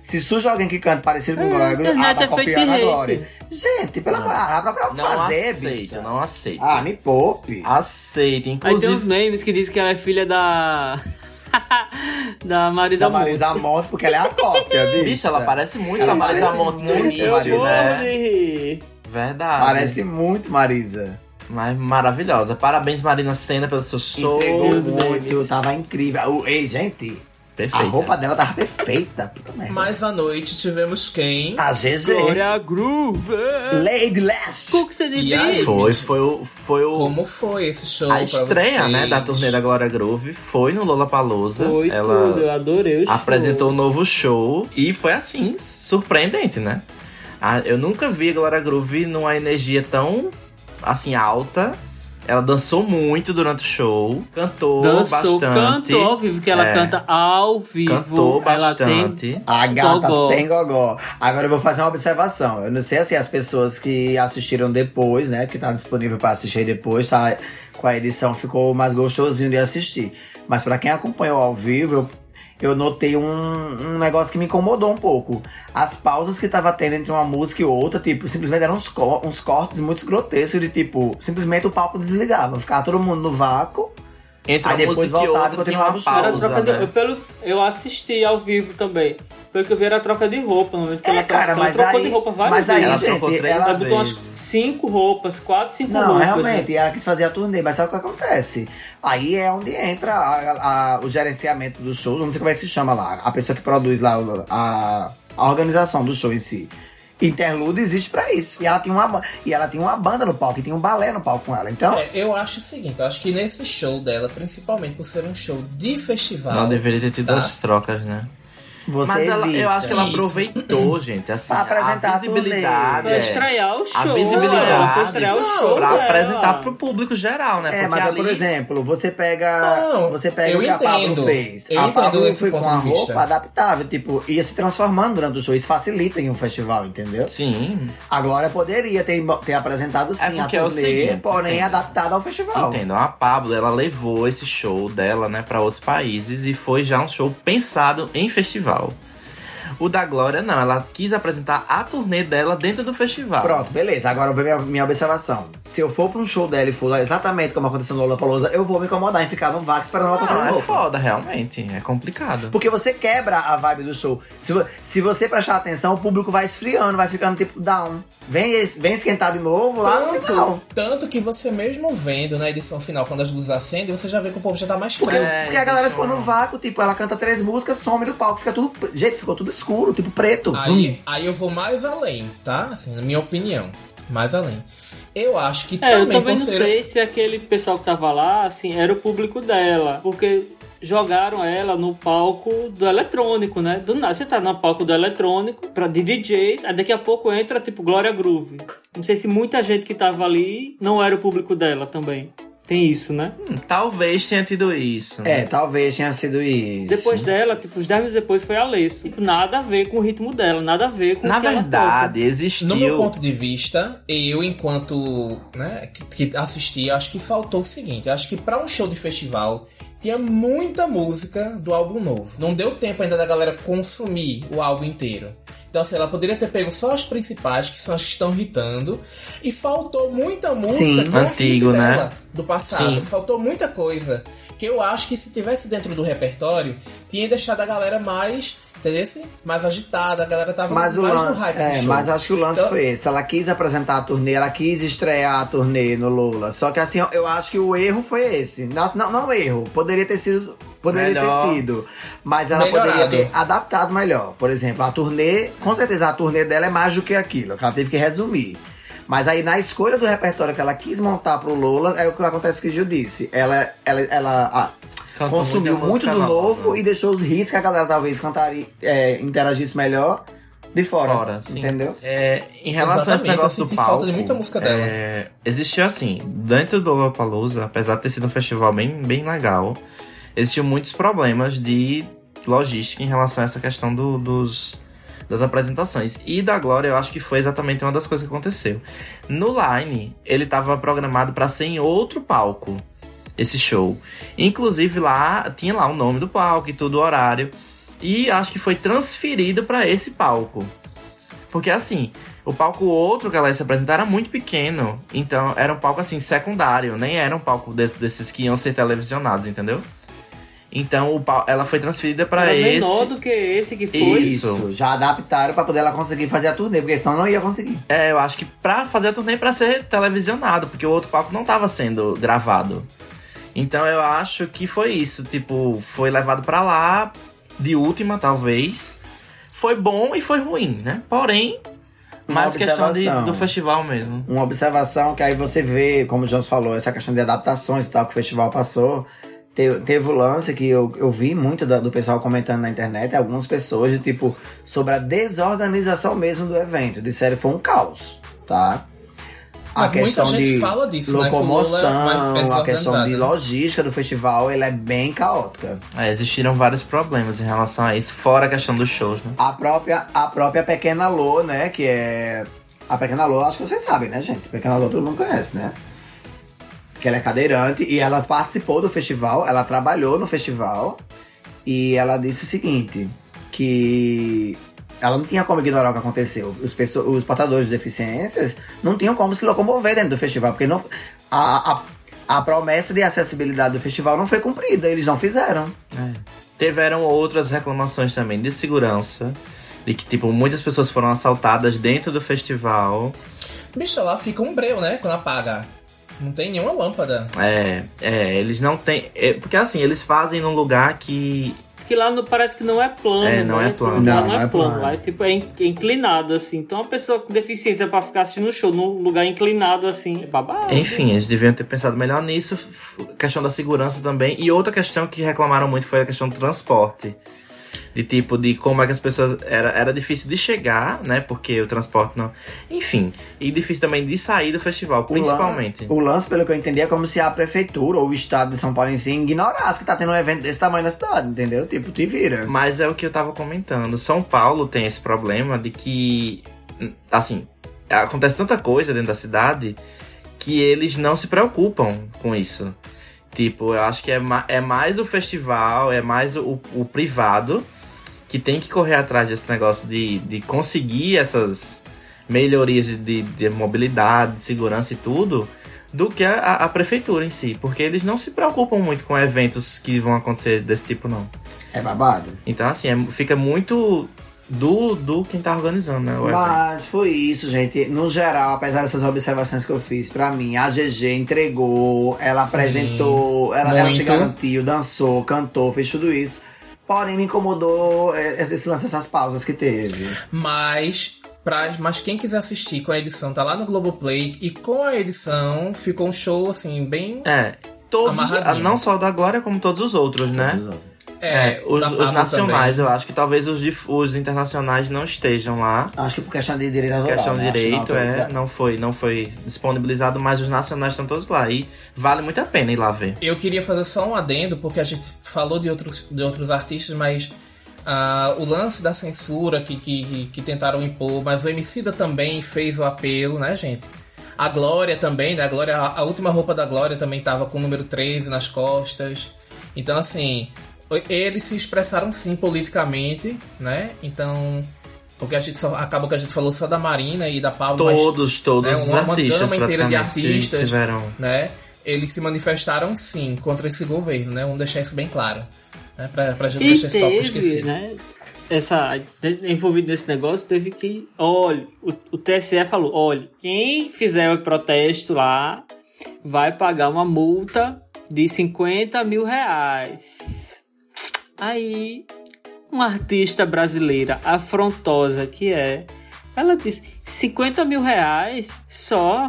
D: Se surge alguém que canta parecido com
B: a
D: Glória, ah,
B: internet
D: tá
B: é feito
D: copiando a
B: hate.
D: Glória. Gente, pelo amor ah,
C: Não.
D: de
C: Não
D: fazer,
C: aceito,
D: bicho.
C: não aceito.
D: Tá Ah, me poupe.
C: Aceita,
B: Aí tem uns
C: inclusive.
B: memes que diz que ela é filha da. *laughs* da Marisa
D: Da
B: Monte.
D: Marisa Monte, porque ela é a
C: *laughs*
D: cópia, bicho.
C: Bicho, ela parece muito
D: Ela
C: a Marisa
D: parece
C: Monte no
D: muito
C: início,
D: Marisa.
C: né?
B: Monte!
C: Verdade.
D: Parece muito Marisa.
C: Mas maravilhosa. Parabéns, Marina Senna, pelo seu show.
D: Entregou
B: os
D: muito,
B: memes.
D: tava incrível. O- Ei, gente, a
C: Perfeito.
D: roupa dela tava perfeita. Puta merda.
A: Mais à noite tivemos quem?
D: A GG.
B: Glória Groove!
D: Lady Lash.
B: Cook CD
A: E aí?
C: Foi, foi o. Foi o
A: Como foi esse show
C: a
A: pra
C: estreia,
A: vocês?
C: né, da turnê da Glória Groove foi no Lola Palusa.
B: Foi
C: Ela
B: tudo, eu adorei o show.
C: apresentou um novo show e foi assim, surpreendente, né? Ah, Eu nunca vi a Glória Groove numa energia tão assim alta. Ela dançou muito durante o show, cantou
B: Dançou,
C: bastante.
B: cantou ao vivo, que ela
C: É.
B: canta ao vivo.
C: Cantou
B: Ela tem
C: bastante.
D: A gata
B: Gogó.
D: tem gogó. Agora eu vou fazer uma observação. Eu não sei assim, as pessoas que assistiram depois, né? Que tá disponível pra assistir depois, tá? Com a edição ficou mais gostosinho de assistir. Mas pra quem acompanhou ao vivo, eu, eu notei um, um negócio que me incomodou um pouco. As pausas que tava tendo entre uma música e outra, tipo, simplesmente eram uns, co- uns cortes muito grotescos de tipo, simplesmente o palco desligava. Ficava todo mundo no vácuo.
C: Entre
D: Aí
C: uma
D: depois
C: música e
D: voltava e
C: outra, tinha
D: continuava
C: uma
D: o show. Era
B: Era
C: pausa,
B: troca de,
C: né?
B: eu, pelo, eu assisti ao vivo também. Pelo que eu vi, era troca de roupa. No momento que
D: É,
B: ela, tro-
D: cara,
B: ela
D: mas
B: trocou
D: aí-
B: de roupa várias
D: mas aí,
C: ela
B: vezes.
C: trocou
D: gente,
C: três
D: ela-
B: Ela botou umas
C: vezes.
B: cinco roupas, quatro, cinco
D: Não,
B: roupas.
D: realmente,
B: né?
D: ela quis fazer a turnê, mas sabe o que acontece? Aí é onde entra a- a- o gerenciamento do show, não sei como é que se chama lá, a pessoa que produz lá o- a, a organização do show em si. Interlude existe pra isso. E ela tem uma, ba- e ela tem uma banda no palco, e tem um balé no palco com ela. Então,
A: É, eu acho o seguinte, eu acho que nesse show dela, principalmente por ser um show de festival,
C: Não deveria ter tido
A: tá?
C: as trocas, né?
D: Você
C: Mas ela- eu
D: evita.
C: acho que ela
A: Isso.
D: *laughs*
C: apressentou, gente, assim,
D: Pra apresentar
C: a
D: a turnê.
C: visibilidade.
B: Pra
C: é.
B: estrear o show.
C: visibilidade.
B: Pra estrear o
A: Não,
B: show.
C: Pra
B: dela.
C: apresentar pro público geral, né?
D: É,
C: Porque
D: mas é,
C: ali,
D: por exemplo, você pega.
A: Não,
D: você pega
A: eu
D: o que a Pablo
A: entendo.
D: fez.
A: Eu
D: a Pablo
A: entendo
D: foi
A: esse
D: com
A: ponto
D: a
A: de vista.
D: roupa adaptável, tipo, ia se transformando durante o show. Isso facilita em um festival, entendeu?
C: Sim,
D: A Glória poderia ter, ter apresentado sim a
C: porque
D: turnê,
C: é o seguinte,
D: porém
C: entende?
D: adaptada ao festival.
C: entendo. A Pablo, ela levou esse show dela, né, pra outros países e foi já um show pensado em festival. O da Glória, não, ela quis apresentar a turnê dela dentro do festival.
D: Pronto, beleza. Agora vem minha, minha observação. Se eu for pra um show dela e for lá exatamente como aconteceu no Lollapalooza, eu vou me incomodar em ficar no Vax para não tocar
C: Não,
D: de
C: é
D: novo.
C: foda, realmente. É complicado.
D: Porque você quebra a vibe do show. Se, vo- se você prestar atenção, o público vai esfriando, vai ficando tipo down. Vem, es- vem esquentar de novo lá no final.
A: Tanto, tanto que você mesmo vendo na edição final, quando as luzes acendem, você já vê que o povo já tá mais
D: Porque,
A: frio.
C: É,
D: porque a galera
C: existe
D: ficou no
C: um-
D: vácuo, tipo, ela canta três músicas, some do palco, fica tudo. Gente, ficou tudo escuro, tipo preto.
A: Aí,
D: Hum.
A: aí eu vou mais além, tá? Assim, na minha opinião. Mais além. Eu acho que
B: É, eu
A: também,
B: também
A: por
B: não
A: ser-
B: sei se aquele pessoal que tava lá, assim, era o público dela. Porque jogaram ela no palco do eletrônico, né? Do nada, você tá no palco do eletrônico, pra, de DJs, aí daqui a pouco entra, tipo, Glória Groove. Não sei se muita gente que tava ali não era o público dela também. Tem isso, né?
C: Hum, talvez tenha tido isso. né?
D: É, talvez tenha sido isso.
B: Depois dela, tipo, uns 10 minutos depois foi a Alessia. Tipo, nada a ver com o ritmo dela, nada a ver com
C: Na
B: o que ela é
C: verdade,
A: No meu
C: existiu.
A: ponto de vista, eu, enquanto né, que, que assisti, acho que faltou o seguinte: acho que pra um show de festival tinha muita música do álbum novo. Não deu tempo ainda da galera consumir o álbum inteiro. Então, assim, ela poderia ter pego só as principais, que são as que estão irritando. E faltou muita música
D: Sim,
A: que é hit
C: antigo, né?
A: dela, do passado.
C: Sim.
A: Faltou muita coisa. Que eu acho que se tivesse dentro do repertório, tinha deixado a galera mais. Entendeu? Assim, Mais agitada, a galera tava
D: Mas, o
A: mais no
D: lan...
A: hype do
D: é,
A: show.
D: mas eu acho que o lance
A: Então-
D: foi esse. Ela quis apresentar a turnê, ela quis estrear a turnê no Lula. Só que assim, eu acho que o erro foi esse. Nossa, não, não erro. Poderia ter sido. Poderia
C: Melhor.
D: ter sido. Mas ela poderia
A: Melhorado.
D: ter adaptado melhor. Por exemplo, a turnê. Com certeza a turnê dela é mais do que aquilo. Que ela teve que resumir. Mas aí, na escolha do repertório que ela quis montar pro Lola, é o que acontece que o Gil disse. Ela, ela, ela ah,
C: Cantou
D: consumiu
C: muita
D: muito
C: música
D: do
C: nova.
D: novo e deixou os hits que a galera talvez cantaria, é, interagisse melhor de fora.
C: Fora, sim.
D: Entendeu?
C: É, em relação a esse
A: Exatamente,
C: negócio
A: eu
C: do
A: senti
C: palco,
A: falta de muita música dela.
C: é, existiu assim, dentro do Lollapalooza, apesar de ter sido um festival bem, bem legal, existiu muitos problemas de logística em relação a essa questão do- dos, das apresentações. E da Glória, eu acho que foi exatamente uma das coisas que aconteceu. No Line, ele estava programado para ser em outro palco, esse show. Inclusive lá, tinha lá o nome do palco e tudo, o horário. E acho que foi transferido para esse palco. Porque assim, o palco outro que ela ia se apresentar era muito pequeno. Então era um palco assim, secundário. Nem era um palco desse- desses que iam ser televisionados, entendeu? Então o pal- ela foi transferida
B: tava.
C: para
B: Era
C: esse.
B: menor do que esse que foi.
C: Isso.
D: Já adaptaram pra poder ela conseguir fazer a turnê, porque senão não ia conseguir.
C: É, eu acho que pra fazer a turnê pra ser televisionado, porque o outro palco não tava sendo gravado. Então eu acho que foi isso, tipo, foi levado pra lá de última talvez. Foi bom e foi ruim, né? Porém,
D: Uma
C: mais questão de-
D: observação.
C: do festival mesmo.
A: Uhum.
D: Uma observação que aí você vê, como o Jones falou, essa questão de adaptações e tal que o festival passou. Te- Teve o lance que eu, eu vi muito da- do pessoal comentando na internet, algumas pessoas, de, tipo, sobre a desorganização mesmo do evento. Disseram que foi um caos, tá?
A: Mas muita gente fala disso, né? Que o Lula é
D: locomoção,
A: mais- é
D: a questão
A: desorganizado,
D: de
A: né?
D: logística do festival, ele é bem caótica.
C: É, existiram vários problemas em relação a isso, fora a questão dos shows, né?
D: A própria, a própria Pequena Lô, né? Que é. A Pequena Lô, acho que vocês sabem, né, gente? Pequena Lô todo mundo conhece, né? Que ela é cadeirante e ela participou do festival, ela trabalhou no festival e ela disse o seguinte: que ela não tinha como ignorar o que aconteceu. Os, perso- os portadores de deficiências não tinham como se locomover dentro do festival, porque não, a, a, a promessa de acessibilidade do festival não foi cumprida, eles não fizeram.
C: Tiveram outras reclamações também de segurança, de que, tipo, muitas pessoas foram assaltadas dentro do festival.
A: Bicha, lá fica um breu, né? Quando apaga. Não tem nenhuma lâmpada.
C: É, é, eles não têm. é, porque assim, eles fazem num lugar que.
B: Diz que lá não, parece que não é plano.
C: É, não
B: né?
C: é plano.
B: Lá
D: Não,
B: não,
D: não é
B: é plano.
D: plano.
B: Lá é, tipo, é in- é inclinado, assim. Então, uma pessoa com deficiência pra ficar assistindo um show num lugar inclinado, assim, é babado.
C: Enfim, eles deviam ter pensado melhor nisso. f- Questão da segurança também. E outra questão que reclamaram muito foi a questão do transporte. de tipo de como é que as pessoas era, era difícil de chegar, né? Porque o transporte não, enfim, e difícil também de sair do festival,
D: lan-
C: principalmente.
D: o lance, pelo que eu entendi, é como se a prefeitura ou o estado de São Paulo em si ignorasse que tá tendo um evento desse tamanho na cidade, entendeu? Tipo, te vira.
C: Mas é o que eu tava comentando. São Paulo tem esse problema de que, assim, acontece tanta coisa dentro da cidade que eles não se preocupam com isso. Tipo, eu acho que é, ma- é mais o festival, é mais o, o privado que tem que correr atrás desse negócio de, de conseguir essas melhorias de, de, de mobilidade, de segurança e tudo, do que a, a prefeitura em si. Porque eles não se preocupam muito com eventos que vão acontecer desse tipo, não.
D: É babado.
C: Então, assim, é- fica muito do, do quem tá organizando, né? o evento.
D: Mas foi isso, gente. No geral, apesar dessas observações que eu fiz, pra mim, a GG entregou, ela
A: Sim.
D: apresentou, ela, ela se
A: Muito.
D: garantiu, dançou, cantou, fez tudo isso. Porém, me incomodou é, esse lance, essas pausas que teve.
A: Mas, pra, mas quem quiser assistir com a edição, tá lá no Globoplay. E com a edição, ficou um show, assim, bem...
C: É. Todos,
A: Amarradinho.
C: não só o da Glória, como todos os outros, né?
A: É,
C: os,
A: da
C: os
A: Pablo
C: nacionais,
A: também.
C: eu acho que talvez os, dif- os internacionais não estejam lá.
D: Acho que por questão de direito autoral.
C: questão
D: né?
C: de
D: Acho que não
C: direito, é,
D: autorizado.
C: não foi, não foi disponibilizado, mas os nacionais estão todos lá. E vale muito a pena ir lá ver.
A: Eu queria fazer só um adendo, porque a gente falou de outros, de outros artistas, mas... ah, o lance da censura que, que, que- que tentaram impor, mas o Emicida também fez o apelo, né, gente? A Glória também, né? A, Glória, a a última roupa da Glória também tava com o número 13 nas costas. Então, assim, o- eles se expressaram sim politicamente, né? Então, porque a gente só, acabou que a gente falou só da Marina e da Paula, mas
C: Todos, todos
A: é,
C: os
A: uma- uma
C: artistas.
A: gama inteira de
C: praticamente,
A: artistas.
C: Tiveram.
A: né? Eles se manifestaram sim contra esse governo, né? Vamos deixar isso bem claro. Né? Pra, pra gente
B: E
A: deixar esse tópico
B: teve,
A: esquecido.
B: né? Essa, envolvido nesse negócio, teve que. Olha, o, o TSE falou: olha, quem fizer o protesto lá vai pagar uma multa de 50 mil reais. Aí, uma artista brasileira afrontosa que é, ela disse: 50 mil reais só,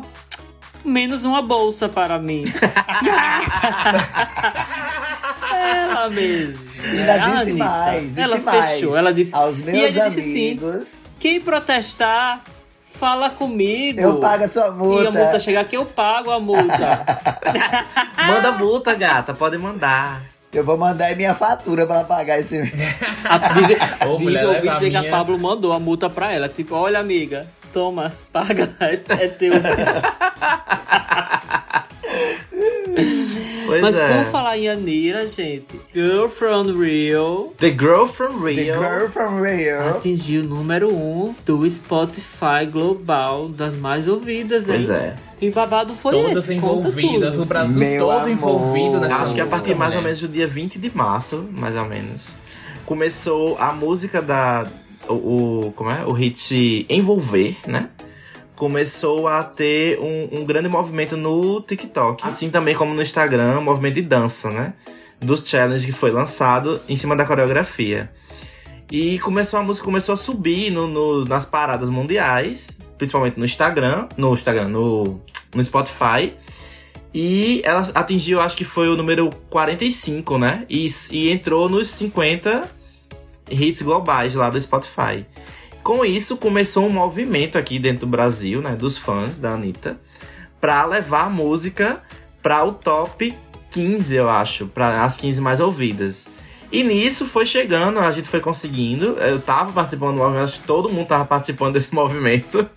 B: menos uma bolsa para mim. *laughs* ela mesmo.
D: Ainda
B: Ela,
D: disse
B: Ah, Anitta,
D: mais, disse
B: ela
D: mais.
B: fechou, ela disse.
D: Aos
B: e
D: meus
B: ele disse sim,
D: amigos,
B: quem protestar, fala comigo.
D: eu pago a sua multa.
B: E a multa chegar aqui, eu pago a multa.
D: *laughs*
B: Ah.
C: Manda multa, gata, pode mandar.
D: Eu vou mandar aí minha fatura pra ela
A: *laughs*
D: pagar esse.
B: A, dizer,
A: Ô,
B: diz-
A: mulher,
B: ouvi
A: leva a
B: dizer que
A: minha.
B: a Pablo mandou a multa pra ela. Tipo, olha, amiga, toma, *laughs* paga, é, é teu.
C: Pois
B: Mas
C: é.
B: por falar em Anira, gente, Girl from Rio
C: The Girl from
D: The
C: Rio.
D: Girl from
A: Ah,
D: Rio.
B: atingiu o número 1 um do Spotify global das mais ouvidas, hein?
C: Pois é.
B: Que babado foi
A: Todas
B: esse? Conta
A: envolvidas,
B: tudo.
A: o Brasil
D: Meu
A: todo
D: amor.
A: envolvido nessa né?
C: Acho que a
A: música,
C: partir mais ou
A: mulher.
C: menos do dia 20 de março, mais ou menos, começou a música da. O, o- como é? O hit Envolver, né? Começou a ter um, um grande movimento no TikTok. Assim também como no Instagram, movimento de dança, né? Dos challenges que foi lançado em cima da coreografia. E começou a música começou a subir no- no- nas paradas mundiais, principalmente no Instagram, no Instagram, no, no Spotify. E ela atingiu, acho que foi o número 45, né? E, e entrou nos 50 hits globais lá do Spotify. Com isso, começou um movimento aqui dentro do Brasil, né? Dos fãs da Anitta, pra levar a música pra o top 15, eu acho, para as 15 mais ouvidas. E nisso foi chegando, a gente foi conseguindo. Eu tava participando do movimento, acho que todo mundo tava participando desse *laughs* movimento.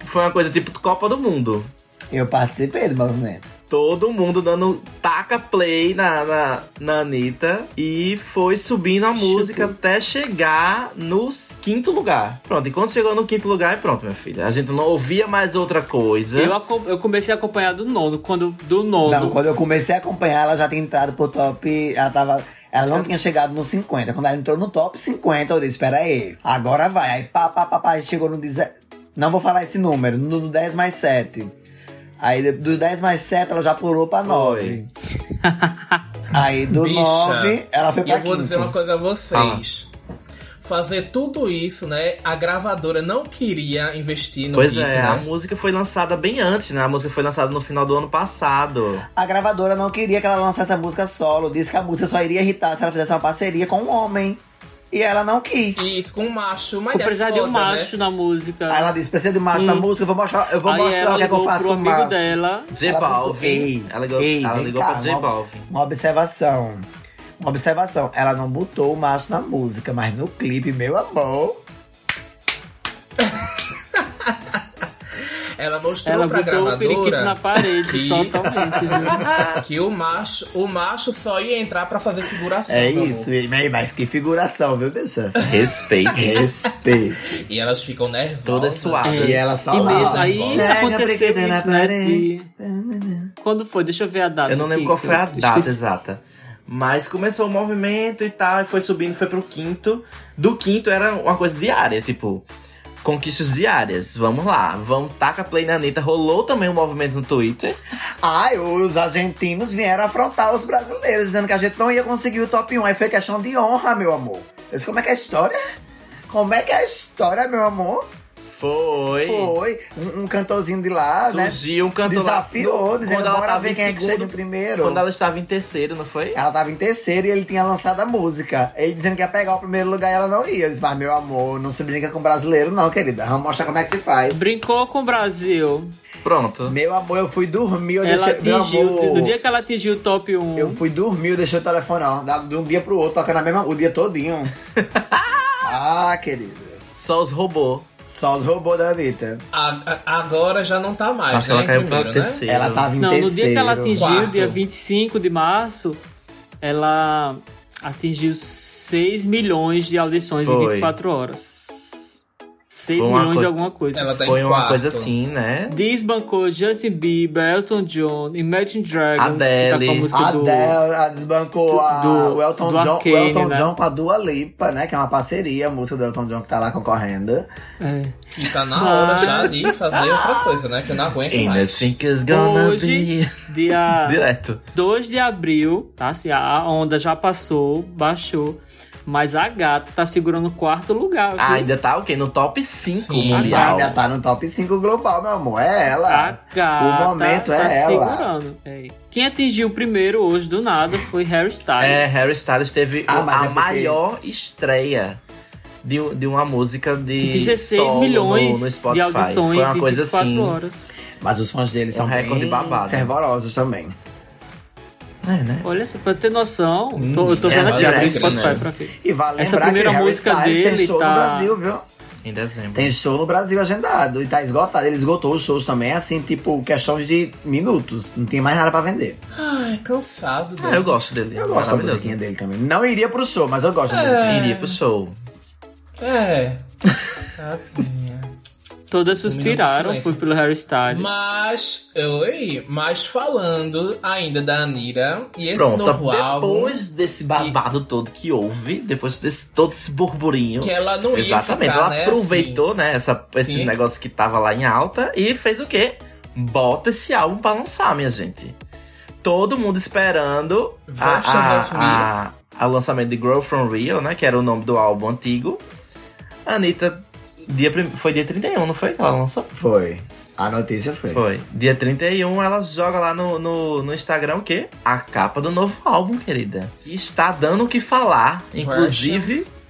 C: Foi uma coisa tipo Copa do Mundo
D: Eu participei do movimento.
C: todo mundo dando taca play na, na, na Anitta e foi subindo a
B: Chutou.
C: música até chegar no quinto lugar. Pronto, e quando chegou no quinto lugar, é pronto, minha filha. A gente não ouvia mais outra coisa.
B: Eu, aco- eu comecei a acompanhar do nono, quando do nono.
D: Não, quando eu comecei a acompanhar, ela já tinha entrado pro top. Ela tava. Ela não tinha chegado no 50. Quando ela entrou no top 50, eu disse: Pera aí, agora vai. Aí pá, pá, pá, pá, chegou no 10. Não vou falar esse número, no no 10 mais 7. Aí de- do 10 mais 7, ela já pulou pra
A: *laughs*
D: 9. Aí do
A: Bicha,
D: 9, ela foi
A: E
D: pra
A: eu
D: 15.
A: vou dizer uma coisa a vocês. Fazer tudo isso, né? A gravadora não queria investir no
C: Pois
A: hit,
C: é, a
A: né?
C: música foi lançada bem antes, né? A música foi lançada no final do ano passado.
D: A gravadora não queria que ela lançasse a música solo. Disse que a música só iria irritar se ela fizesse uma parceria com um homem. E ela não quis.
A: Isso, com um macho, mas
B: Vou
A: deve
B: precisar de um
A: foda,
B: macho
A: Né?
B: na música.
D: Aí ela disse: precisa de macho na música, eu vou mostrar, eu vou
B: Hum. Aí
D: mostrar
B: ela
D: o que é que eu
B: ligou
D: faço
B: pro
D: com
B: amigo
D: macho.
B: dela.
C: J Balvin. Ela ligou,
D: Ei,
C: ela
D: vem
C: ligou
D: cá,
C: pra J
D: uma-
C: Balvin.
D: Uma observação. Uma observação. Ela não botou o macho na música, mas no clipe, meu amor.
A: Ela mostrou
B: Ela
A: pra
B: botou o periquito
A: gravadora
B: na parede,
A: que,
B: totalmente.
C: *laughs*
A: *laughs*
B: viu?
A: que o, macho, o macho só ia entrar pra fazer figuração.
D: É
A: meu
D: isso, e- mas que figuração, viu,
B: *laughs*
D: bicha?
C: Respeite.
D: Respeito.
A: amor. E elas ficam nervosas. É.
C: Todas suadas.
D: e ela só
B: E
D: lá,
B: mesmo,
D: ó.
B: aí
D: Pega a
B: aconteceu
D: preguiça na
B: isso, né?
D: parede.
B: de- Quando foi? Deixa eu ver a data.
C: Eu não lembro
B: aqui,
C: qual
B: que
C: foi a
B: Ah, eu
C: data
B: esqueci.
C: exata. Mas começou o movimento e tal, e foi subindo, foi pro quinto. Do quinto era uma coisa diária, tipo, conquistas diárias. Vamos lá, vamos taca play na Anitta. Rolou também um movimento no Twitter.
D: Ai, os argentinos vieram afrontar os brasileiros, dizendo que a gente não ia conseguir o top 1. Aí foi questão de honra, meu amor. Eu disse, como é que é a história? Como é que é a história, meu amor?
C: Foi.
D: Foi. Um, um cantorzinho de lá, né?
C: Surgiu um cantor lá.
D: Desafiou,
C: No-
D: dizendo,
C: quando ela
D: bora
C: tava
D: ver
C: em
D: quem é que chega em
C: segundo.
D: primeiro.
C: Quando ela estava em terceiro, não foi?
D: Ela tava em terceiro e ele tinha lançado a música. Ele dizendo que ia pegar o primeiro lugar e ela não ia. Eu disse, mas meu amor, não se brinca com brasileiro, não, querida. Vamos mostrar como é que se faz.
B: Brincou com o Brasil.
C: Pronto.
D: Meu amor, eu fui dormir, eu
B: Ela
D: deixei. Meu
B: atingiu,
D: amor,
B: no dia que ela atingiu o top 1,
D: eu fui dormir, eu deixei o telefone, ó. da- De um dia pro outro, tocando a mesma, o dia
B: *laughs*
D: todinho. ah, querida.
C: Só os robôs.
D: Só os robôs da Anitta.
A: A- a- agora já não tá mais,
C: Acho que
A: né?
C: ela caiu
A: Primeiro,
C: pra
A: né?
C: terceiro.
D: Ela tava em
B: Não,
D: terceiro.
B: no dia que ela atingiu,
A: Quarto.
B: dia 25 de março, ela atingiu 6 milhões de audições em
C: Foi.
B: 24 horas. 6
C: Foi uma
B: milhões de
C: coi-
B: alguma coisa.
A: Ela tá em
C: Foi uma
A: quarto.
C: coisa assim, né?
B: Desbancou Justin Bieber, Elton John, Imagine Dragons, que tá com a
C: Adele.
B: música
D: A
B: do...
D: Adele, ela desbancou
B: do-
D: a-
B: do-
D: o Elton
B: do
D: John,
B: Arcane,
D: o Elton
B: né?
D: John com a Dua Lipa, né? Que é uma parceria, a música do Elton John que tá lá concorrendo.
B: É.
A: Que tá na hora
B: Mas-
A: já
C: Ah.
A: de fazer outra coisa, né? Que eu não aguento
C: And I
A: mais.
C: think it's gonna
B: Hoje- tá.
C: be. *laughs*
B: Dia
C: Direto.
B: 2 de abril, tá? Assim, a onda já passou, baixou, mas a gata tá segurando o quarto lugar, viu?
C: Ah, ainda tá o quê? No top 5
A: Sim,
D: E
C: mundial.
D: ainda tá no top 5 global, meu amor. É
B: A
D: ela.
C: tá.
B: gata
D: O momento
B: tá
D: é ela.
B: segurando. É. Quem atingiu o primeiro hoje do nada foi Harry Styles.
C: É, Harry Styles teve
D: Ah,
C: a-
D: mas é
C: a
D: porque-
C: maior estreia de, um- de uma música de
B: 16
C: solo
B: milhões
C: no, no Spotify.
B: de audições
C: Foi uma
B: em
C: coisa
B: 24
C: assim.
B: horas.
D: Mas os fãs dele são
C: recorde
D: bem
C: babado.
D: fervorosos também.
C: É, né?
B: Olha, só, pra ter noção, tô- eu tô
A: Hum,
B: vendo
C: é,
B: aqui,
C: mas
B: abri
C: é
B: o Spotify
C: impressionante.
B: pra ver.
D: E vale
B: Essa
D: lembrar
B: primeira
D: que Harry
B: música
D: Styles
B: dele
D: tem show
B: tá-
D: no Brasil, viu?
C: Em dezembro.
D: Tem show no Brasil agendado e tá esgotado. Ele esgotou os shows também, assim, tipo, questões de minutos. Não tem mais nada pra vender.
A: Ai, cansado
C: Ah,
A: dele.
C: eu gosto dele.
D: Eu gosto da
C: Maravilhoso.
D: musiquinha dele também. Não iria pro show, mas eu gosto da musiquinha.
C: Iria pro show.
A: É. Tadinha.
B: Todas suspiraram,
A: silêncio.
B: foi pelo Harry Styles.
A: Mas, oi, mas falando ainda da Anira e esse
C: Pronto,
A: novo
C: depois
A: álbum
C: desse babado todo que houve, depois desse todo esse burburinho.
A: que ela não ia
C: Exatamente,
A: ficar,
C: ela
A: né,
C: aproveitou, né, essa, esse
A: Sim.
C: negócio que tava lá em alta e fez o quê? Bota esse álbum pra lançar, minha gente. Todo mundo esperando a,
A: Versions
C: a-
A: of Me.
C: a- a lançamento de Girl From Rio, né, que era o nome do álbum antigo. A Anitta, dia, prim- foi dia 31, não foi que ela lançou?
D: Foi. A notícia É. foi.
C: Foi. Dia 31, ela joga lá no, no, no Instagram o quê? A capa do novo álbum, querida. E está dando o que falar, inclusive...
A: Assim,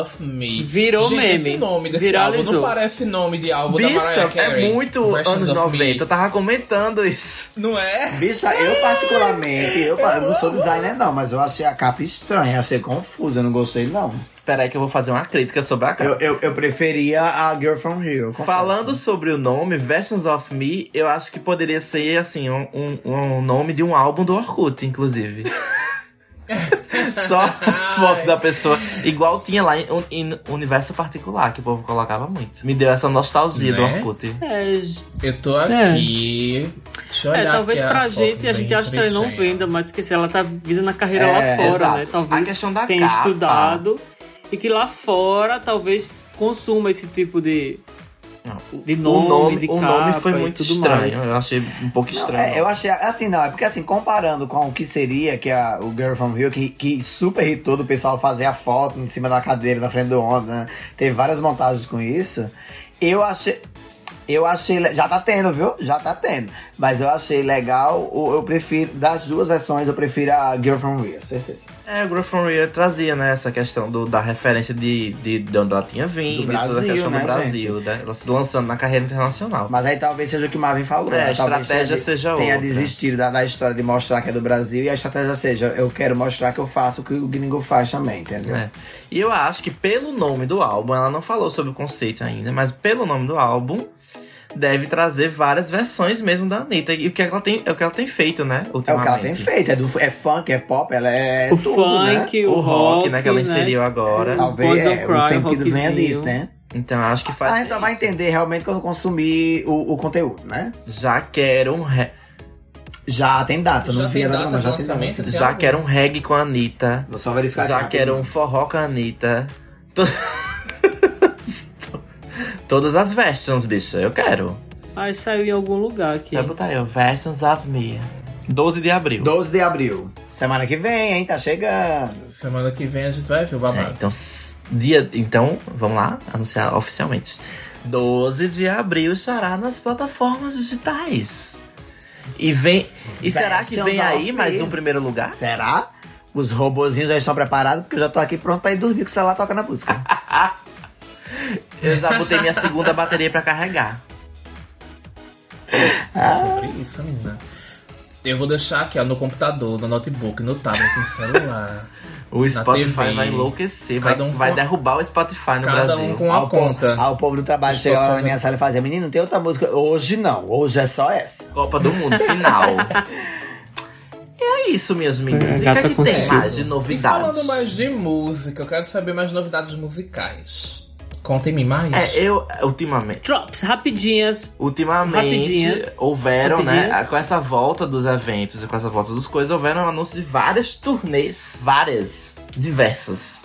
A: of Me.
B: Virou
A: Gente,
B: meme.
A: Esse nome desse
B: Viralizou.
A: álbum não parece nome de álbum da
C: Bicha,
A: Mariah Carey.
C: é muito
A: Versions
C: anos
A: of
C: 90. Eu
A: Me.
C: tava comentando isso.
A: Não é?
D: Bicha, eu particularmente, eu, eu não sou designer não, mas eu achei a capa estranha, achei confusa, eu não gostei não.
C: Peraí que eu vou fazer uma crítica sobre a
D: Eu,
C: capa.
D: eu, eu preferia a Girl From Rio.
C: Falando sobre o nome, Versions of Me, eu acho que poderia ser, assim, um, um, um nome de um álbum do
B: *laughs*
C: Orkut, inclusive. Só as fotos da pessoa. Igual tinha lá em, em Universo Particular, que o povo colocava muito. Me deu essa nostalgia do
A: Né?
C: Orkut.
B: É,
A: Eu tô aqui. Deixa eu
B: é,
A: olhar
B: talvez
A: aqui
B: pra
A: a
B: gente,
A: foto
B: a gente
A: bem
B: acha que ela não
A: direitinho.
B: venda, mas que se ela tá visando a carreira
D: É,
B: lá fora,
C: exato.
B: né?
C: A
B: Talvez
C: questão da
B: tenha
C: capa.
B: estudado e que lá fora talvez consuma esse tipo de,
C: Não, o-
B: de Um nome,
C: o nome,
B: de
C: o
B: capa
C: nome foi
B: e
C: muito
B: tudo
C: estranho.
B: mais.
C: Eu achei um pouco estranho.
D: É, eu achei assim, não, é porque assim, comparando com o que seria que é a, o Girl from Rio, que, que super hitou do pessoal fazer a foto em cima da cadeira, na frente do ônibus, né? Teve várias montagens com isso. Eu achei. Eu achei. le- Já tá tendo, viu? Já tá tendo. Mas eu achei legal. o- Eu prefiro. Das duas versões, eu prefiro a Girl from Rio, certeza.
C: É, o Girl from Rio trazia, né, essa questão do, da referência de, de, de onde ela tinha vindo,
D: Do
C: e toda a
D: Brasil,
C: questão
D: né,
C: do Brasil, né? Ela se lançando na carreira internacional. né.
D: Mas aí talvez seja o que Marvin falou.
C: É, a
D: né? Talvez
C: estratégia seja
D: Tenha
C: outra.
D: desistido da, da história de mostrar que é do Brasil e a estratégia seja: eu quero mostrar que eu faço o que o gringo faz também, entendeu?
C: É. E eu acho que pelo nome do álbum, ela não falou sobre o conceito ainda, mas pelo nome do álbum, deve trazer várias versões mesmo da Anitta. E o que ela tem, é o que ela tem feito, né?
D: É o que ela tem
C: ultimamente.
D: feito, é, do, é funk, é pop, ela é
B: o
D: tudo, né?
B: funk, o,
C: O rock, né, que ela inseriu agora.
D: Talvez
B: Boys
D: é,
B: Don't
D: o
B: Cry,
D: sentido venha
B: rockzinho.
D: disso, né?
C: Então eu acho que faz
D: a gente só vai
C: isso.
D: entender realmente quando consumir o, o conteúdo, né?
C: Já quero um re...
D: Já tem data,
A: Já
D: não vi
A: tem
D: ela não,
A: data
D: mas já
A: de
D: tem
A: lançamento,
D: data.
A: Esse
C: Já
A: álbum.
C: quero um reggae com a Anitta.
D: Vou só verificar.
C: Já
D: aqui
C: que era um
D: rapidinho.
C: forró com a Anitta. To- *laughs* Todas as versions, bicho, eu quero.
B: Ai, saiu em algum lugar aqui.
C: Vai botar eu, versions of me. 12 de abril.
D: 12 de abril. Semana que vem, hein? Tá chegando.
A: Semana que vem a gente vai ver o
C: É,
A: babado.
C: então, s- dia, então, vamos lá, anunciar oficialmente. 12 de abril estará nas plataformas digitais. E vem. E será que vem
D: Versions
C: aí
D: of
C: mais
D: me.
C: um primeiro lugar?
D: Será? Os robozinhos já estão preparados, porque eu já tô aqui pronto pra ir dormir com o celular toca na música.
C: Eu já botei minha segunda bateria pra carregar.
B: Ah.
A: É sobre isso, menina. Eu vou deixar aqui, ó, no computador, no notebook, no tablet, no celular.
C: O
A: TV.
C: Spotify vai enlouquecer, vai,
A: Cada um
C: vai
A: com-
C: derrubar o Spotify no
A: Cada
C: Brasil.
A: um com uma
D: Ao povo-
A: conta.
D: Ao povo do trabalho
A: Estou
D: chegava na
A: sendo-
D: minha sala e fazia, menino, não tem outra música. Hoje não, hoje é só essa.
C: Copa do
A: *laughs*
C: Mundo, final. é isso, minhas meninas. E o que é
B: Gata
C: que
B: com
C: tem
B: sentido.
C: *laughs* mais de
A: E
C: novidades?
A: falando mais de música, eu quero saber mais novidades musicais. Contem-me mais.
C: É, eu, ultimamente,
B: Drops, rapidinhas.
C: Ultimamente
B: Rapidinhas.
C: houveram, né?
B: Rapidinhas.
C: Com essa volta dos eventos e com essa volta dos coisas, houveram um anúncio de várias turnês. Várias. Diversas.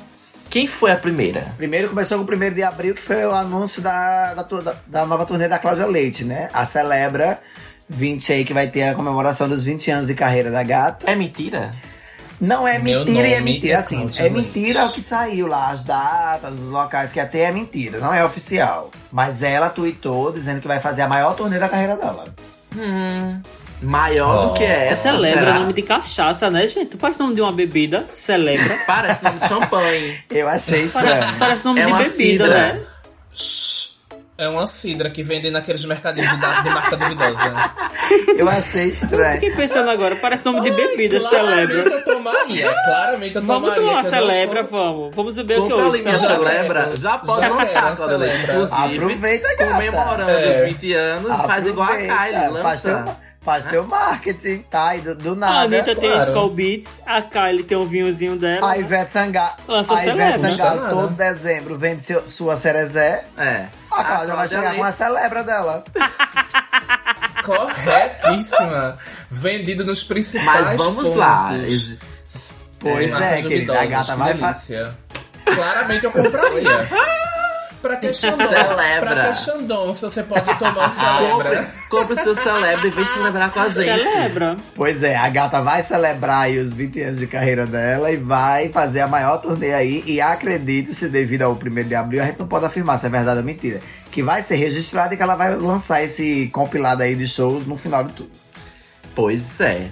C: Quem foi a primeira?
D: Primeiro começou com o primeiro de abril, que foi o anúncio da, da, tu- da- da nova turnê da Cláudia Leite, né? A Celebra 20 aí, que vai ter a comemoração dos 20 anos de carreira da gata.
C: É mentira?
D: Não é
A: Meu
D: mentira, e é
A: nome
D: mentira.
A: é
D: assim,
A: Cláudia
D: é
A: Leite.
D: mentira o que saiu lá, as datas, os locais que até é mentira, não é oficial. Mas ela tweetou dizendo que vai fazer a maior turnê da carreira dela.
C: Maior
A: Oh.
C: do que essa.
B: Celebra
C: será?
B: nome de cachaça, né, gente? Parece nome de uma bebida. Celebra.
C: Parece nome de champanhe.
D: Eu achei
B: Parece,
C: *laughs*
D: estranho.
B: parece nome
C: É
B: de
C: uma
B: bebida,
C: cidra.
B: né?
A: É uma cidra que vendem naqueles mercadinhos de, da- de marca
B: *laughs*
A: duvidosa.
D: Eu achei estranho.
B: Fiquei pensando agora, parece nome de bebida,
A: claramente
B: celebra.
A: eu tomaria. Claramente eu
B: Vamos
A: tomaria.
B: tomar
A: que eu não
B: celebra,
A: sou-
B: vamos. Vamos beber o que
C: Compra ali
B: hoje.
C: minha
A: Já
B: Celebra.
C: celebra.
A: era.
C: Já pode
A: Já
C: lançar,
A: era,
C: Claudia.
A: celebra.
C: Inclusive,
D: Aproveita, gata.
C: comemorando
A: É.
C: os 20 anos, faz igual a
D: Aproveita,
C: Kylie,
D: Faz teu,
C: lança.
D: faz teu marketing, tá? E do, do
B: A
D: nada.
B: Anitta tem
A: claro.
B: Skull Beats, a Kylie tem um vinhozinho dela.
D: A
B: né?
D: Ivete Sangalo.
B: Lança
D: A Ivete
B: Celebra.
D: Sangalo
A: Não custa
D: todo dezembro vende seu- sua Cerezé.
C: É.
B: Ah,
D: A Cláudia vai
C: Cláudia
D: chegar com a
C: Leite.
D: celebra dela.
A: Corretíssima. Vendido nos principais
C: Mas vamos
A: pontos.
C: lá. Ex-
D: Pois
A: marcas
D: é, querida, a
A: duvidosas,
D: gata
A: que
D: vai fa-
A: delícia. Claramente eu compraria.
D: *laughs*
A: pra que Xandão?
C: Celebra.
A: Pra que Xandão se você pode tomar um
D: *laughs*
A: celebra?
C: Compre, compre o seu celebra e vem se lembrar com a gente.
B: Celebra.
D: Pois é, a gata vai celebrar aí os 20 anos de carreira dela e vai fazer a maior turnê aí. E acredite-se, devido ao 1 de abril, a gente não pode afirmar se é verdade ou mentira. Que vai ser registrada e que ela vai lançar esse compilado aí de shows no final de tudo.
C: Pois é.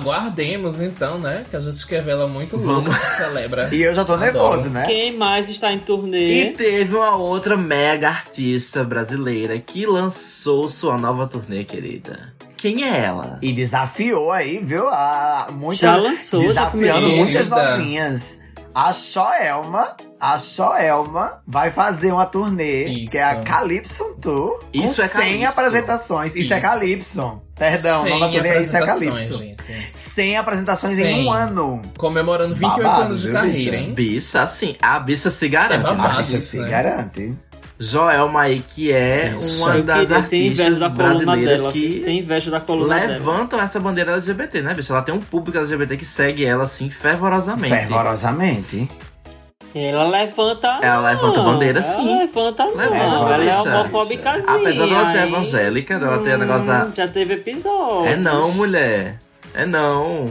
A: Aguardemos então, né? Que a gente quer vê ela muito louca.
C: Vamos.
A: Celebra.
D: *laughs* E eu já tô
A: Adoro.
D: nervoso, né?
B: Quem mais está em
C: É. E
B: turnê?
C: teve uma outra mega artista brasileira que lançou sua nova turnê, querida. Quem é ela?
D: E desafiou aí, viu? A, muita,
B: Já lançou, já
D: Desafiando
A: começou.
D: muitas
A: Querida.
D: novinhas. A Xoelma, a Xoelma vai fazer uma turnê,
A: Isso.
D: que é a Calypson Tour,
C: Isso
D: com 100
C: é Calypson.
D: apresentações. Isso, é
A: Isso.
D: Calypson. Perdão,
A: Sem
D: nova turnê, isso é
A: apresentações,
D: Calypson.
A: gente.
D: 100 apresentações em
A: Cem.
D: um ano.
A: Comemorando 28
D: Babado,
A: anos de
D: viu,
A: carreira,
D: bicha?
A: hein?
C: Bicha, assim, a bicha se garante.
A: É babado.
C: né?
D: A bicha
A: isso,
D: se
A: né?
D: garante.
C: Joelma aí, que é
A: Bicha.
C: uma
B: Eu
C: das
B: queria- tem inveja da
C: artistas
B: coluna dela.
C: brasileiras que
B: Tem inveja da coluna dela.
C: levantam essa bandeira LGBT, né, bicha? Ela tem um público LGBT que segue ela, assim, fervorosamente.
D: Fervorosamente.
B: Ela levanta.
C: Ela levanta bandeira, sim.
B: Ela levanta, não.
C: Levanta,
B: ela é
C: bicha.
B: homofóbicazinha.
C: Apesar dela ser
B: hein?
C: evangélica, dela ter o negócio um da
B: Hum, Já teve episódio.
C: É não, mulher. É não.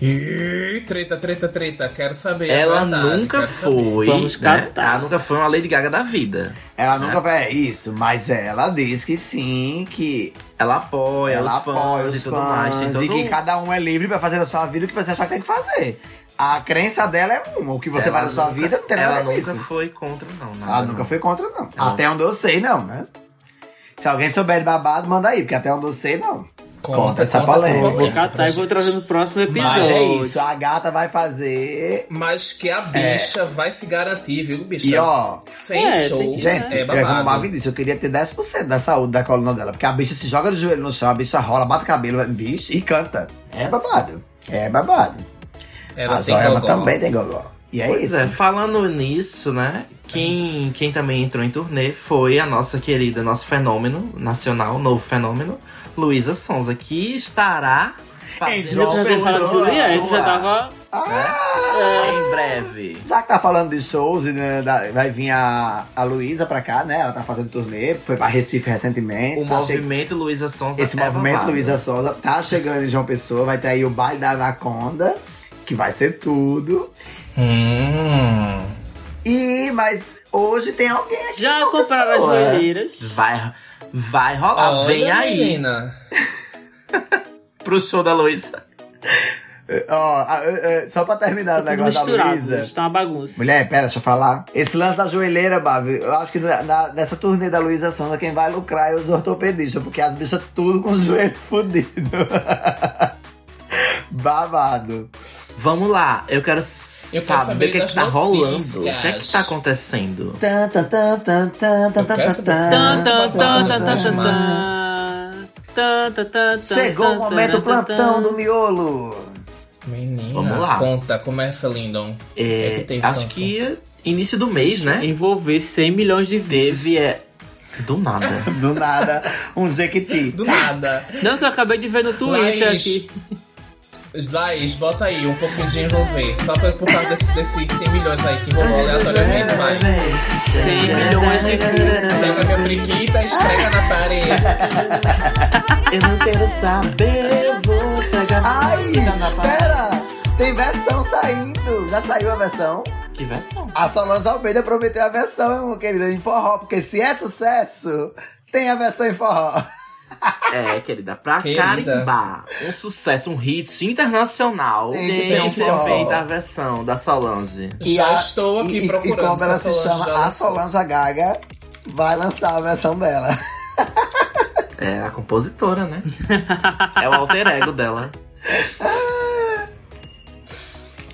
A: Ih, treta, treta, treta. Quero saber. a
C: Ela
A: É verdade,
C: nunca
A: quero saber.
C: foi.
B: Vamos
C: né?
B: catar.
C: Ela nunca foi uma Lady Gaga da vida.
D: Ela
A: É.
D: nunca vai. é Isso, mas ela diz que sim, que
C: Ela apoia
D: ela
C: os fãs
D: apoia
C: e
D: os
C: tudo mais. Tem
D: fãs
C: todo
D: e que
C: um-
D: cada um é livre pra fazer a sua vida o que você achar que tem que fazer. A crença dela é uma. O que você
C: Ela
D: faz na sua
C: nunca-
D: vida não tem nada
C: Ela
D: a ver com
C: nunca
D: isso.
C: foi contra, não. nada,
D: Ela
C: não.
D: nunca foi contra, não. Até onde eu sei, não, né? Se alguém souber de babado, manda aí, porque até onde eu sei, não.
A: Conta,
D: Conta essa
A: conta
D: polêmica.
B: Vou catar
A: pra
B: e vou
A: gente.
B: trazer no próximo episódio.
D: Mas é isso, a gata vai fazer.
A: Mas que a bicha vai se garantir, viu, bicha?
D: É. E ó,
A: Sem
B: É,
A: show,
B: tem que-
D: gente,
A: é
D: é como o
A: babado.
D: Marvin disse, eu queria ter 10% da saúde da coluna dela, porque a bicha se joga de joelho no chão, a bicha rola, bate o cabelo, é bicho, e canta. É babado. É babado.
A: Ela
D: a
A: tem
D: Zoema
A: gogó.
D: também tem gogó. E é
C: Pois
D: isso. É
C: é, falando nisso, né? Quem, quem também entrou em turnê foi a nossa querida, nosso fenômeno nacional, novo fenômeno, Luísa Sonza, que estará
D: Em
C: fazendo
B: Eu já tinha falado de
C: pessoa
B: Juliette, já
C: sua,
B: tava.
C: É? né, Em breve.
D: Ah, Já que tá falando de shows, e, né, da- vai vir a, a Luísa pra cá, né? Ela tá fazendo turnê, foi pra Recife recentemente.
C: O
D: tá che-
C: movimento Luísa Sonza
D: Esse
C: é
D: movimento
C: babado.
D: Luísa Souza tá chegando em João Pessoa, vai ter aí o baile da Anaconda, que vai ser tudo.
A: Hum.
D: E, mas hoje tem alguém aqui. em
B: Já
D: João
B: compraram as
D: Pessoa.
B: joelheiras.
C: Vai, vai
B: Ah,
C: rolar,
A: Olha,
C: vem aí
A: menina.
C: pro show da Luísa.
D: Ó, a- a- a- só pra terminar o
B: Tá tudo
D: negócio da
B: misturado,
D: Luísa.
B: gente, tá uma bagunça.
D: Mulher, pera, deixa eu falar. Esse lance da joelheira, Bavi, eu acho que na- na- nessa turnê da Luísa Sonza, quem vai lucrar é os ortopedistas, porque as bichas tudo com o *laughs* joelho fudido. Babado.
C: Vamos lá, eu
A: quero
C: quero saber
A: saber
C: o que, é
A: das
C: que tá rolando, o que é que
A: notícias.
C: tá acontecendo.
D: Tan, tan, tan, tan, tan, tan,
A: Eu
D: tan,
A: quero
D: tan,
A: saber.
B: Tan, tan, tan, tan, tan,
A: Mas-
B: tan, tan. Tan, tan, tan, tan,
D: Chegou o
B: tan,
D: momento
B: tan, tan,
D: plantão
B: tan.
D: do miolo.
A: Menina,
C: Vamos lá.
A: conta, começa, Lindon.
C: É,
A: que teve
C: acho
A: tanto?
C: que início do mês, né?
B: Envolver 100 milhões de vidas.
C: Teve é.
D: *laughs*
C: Do nada.
D: Do nada, um Jequiti.
A: Do nada.
B: Não, que eu acabei de ver no Twitter
A: Laís.
B: aqui.
A: Laís, bota aí um pouquinho de envolver. Só pra, por causa desse- desses 100 milhões aí que rolou aleatoriamente, vai.
B: 100 milhões de vidas.
A: Pega minha briquita, esfrega na parede.
C: Eu não quero saber, eu vou pegar
D: Ai, pera! Tem versão saindo. Já saiu a versão?
C: Que versão?
D: A Solange Almeida prometeu a versão, meu querido, em forró. Porque se é sucesso, tem a versão em forró.
C: É, querida, pra
A: Querida.
C: carimbar um sucesso, um hit internacional,
D: Tem que
C: tem
A: ter
C: que
A: esse
C: ser
A: forró.
C: feita a versão da Solange.
D: *laughs* E
A: Já
D: a-
A: estou aqui
D: e- e-
A: procurando.
D: E como ela
A: essa
D: se
A: Solange já
D: chama, a
A: lançou.
D: Solange Gaga vai lançar a versão dela.
C: É a compositora, né? é o alter ego dela.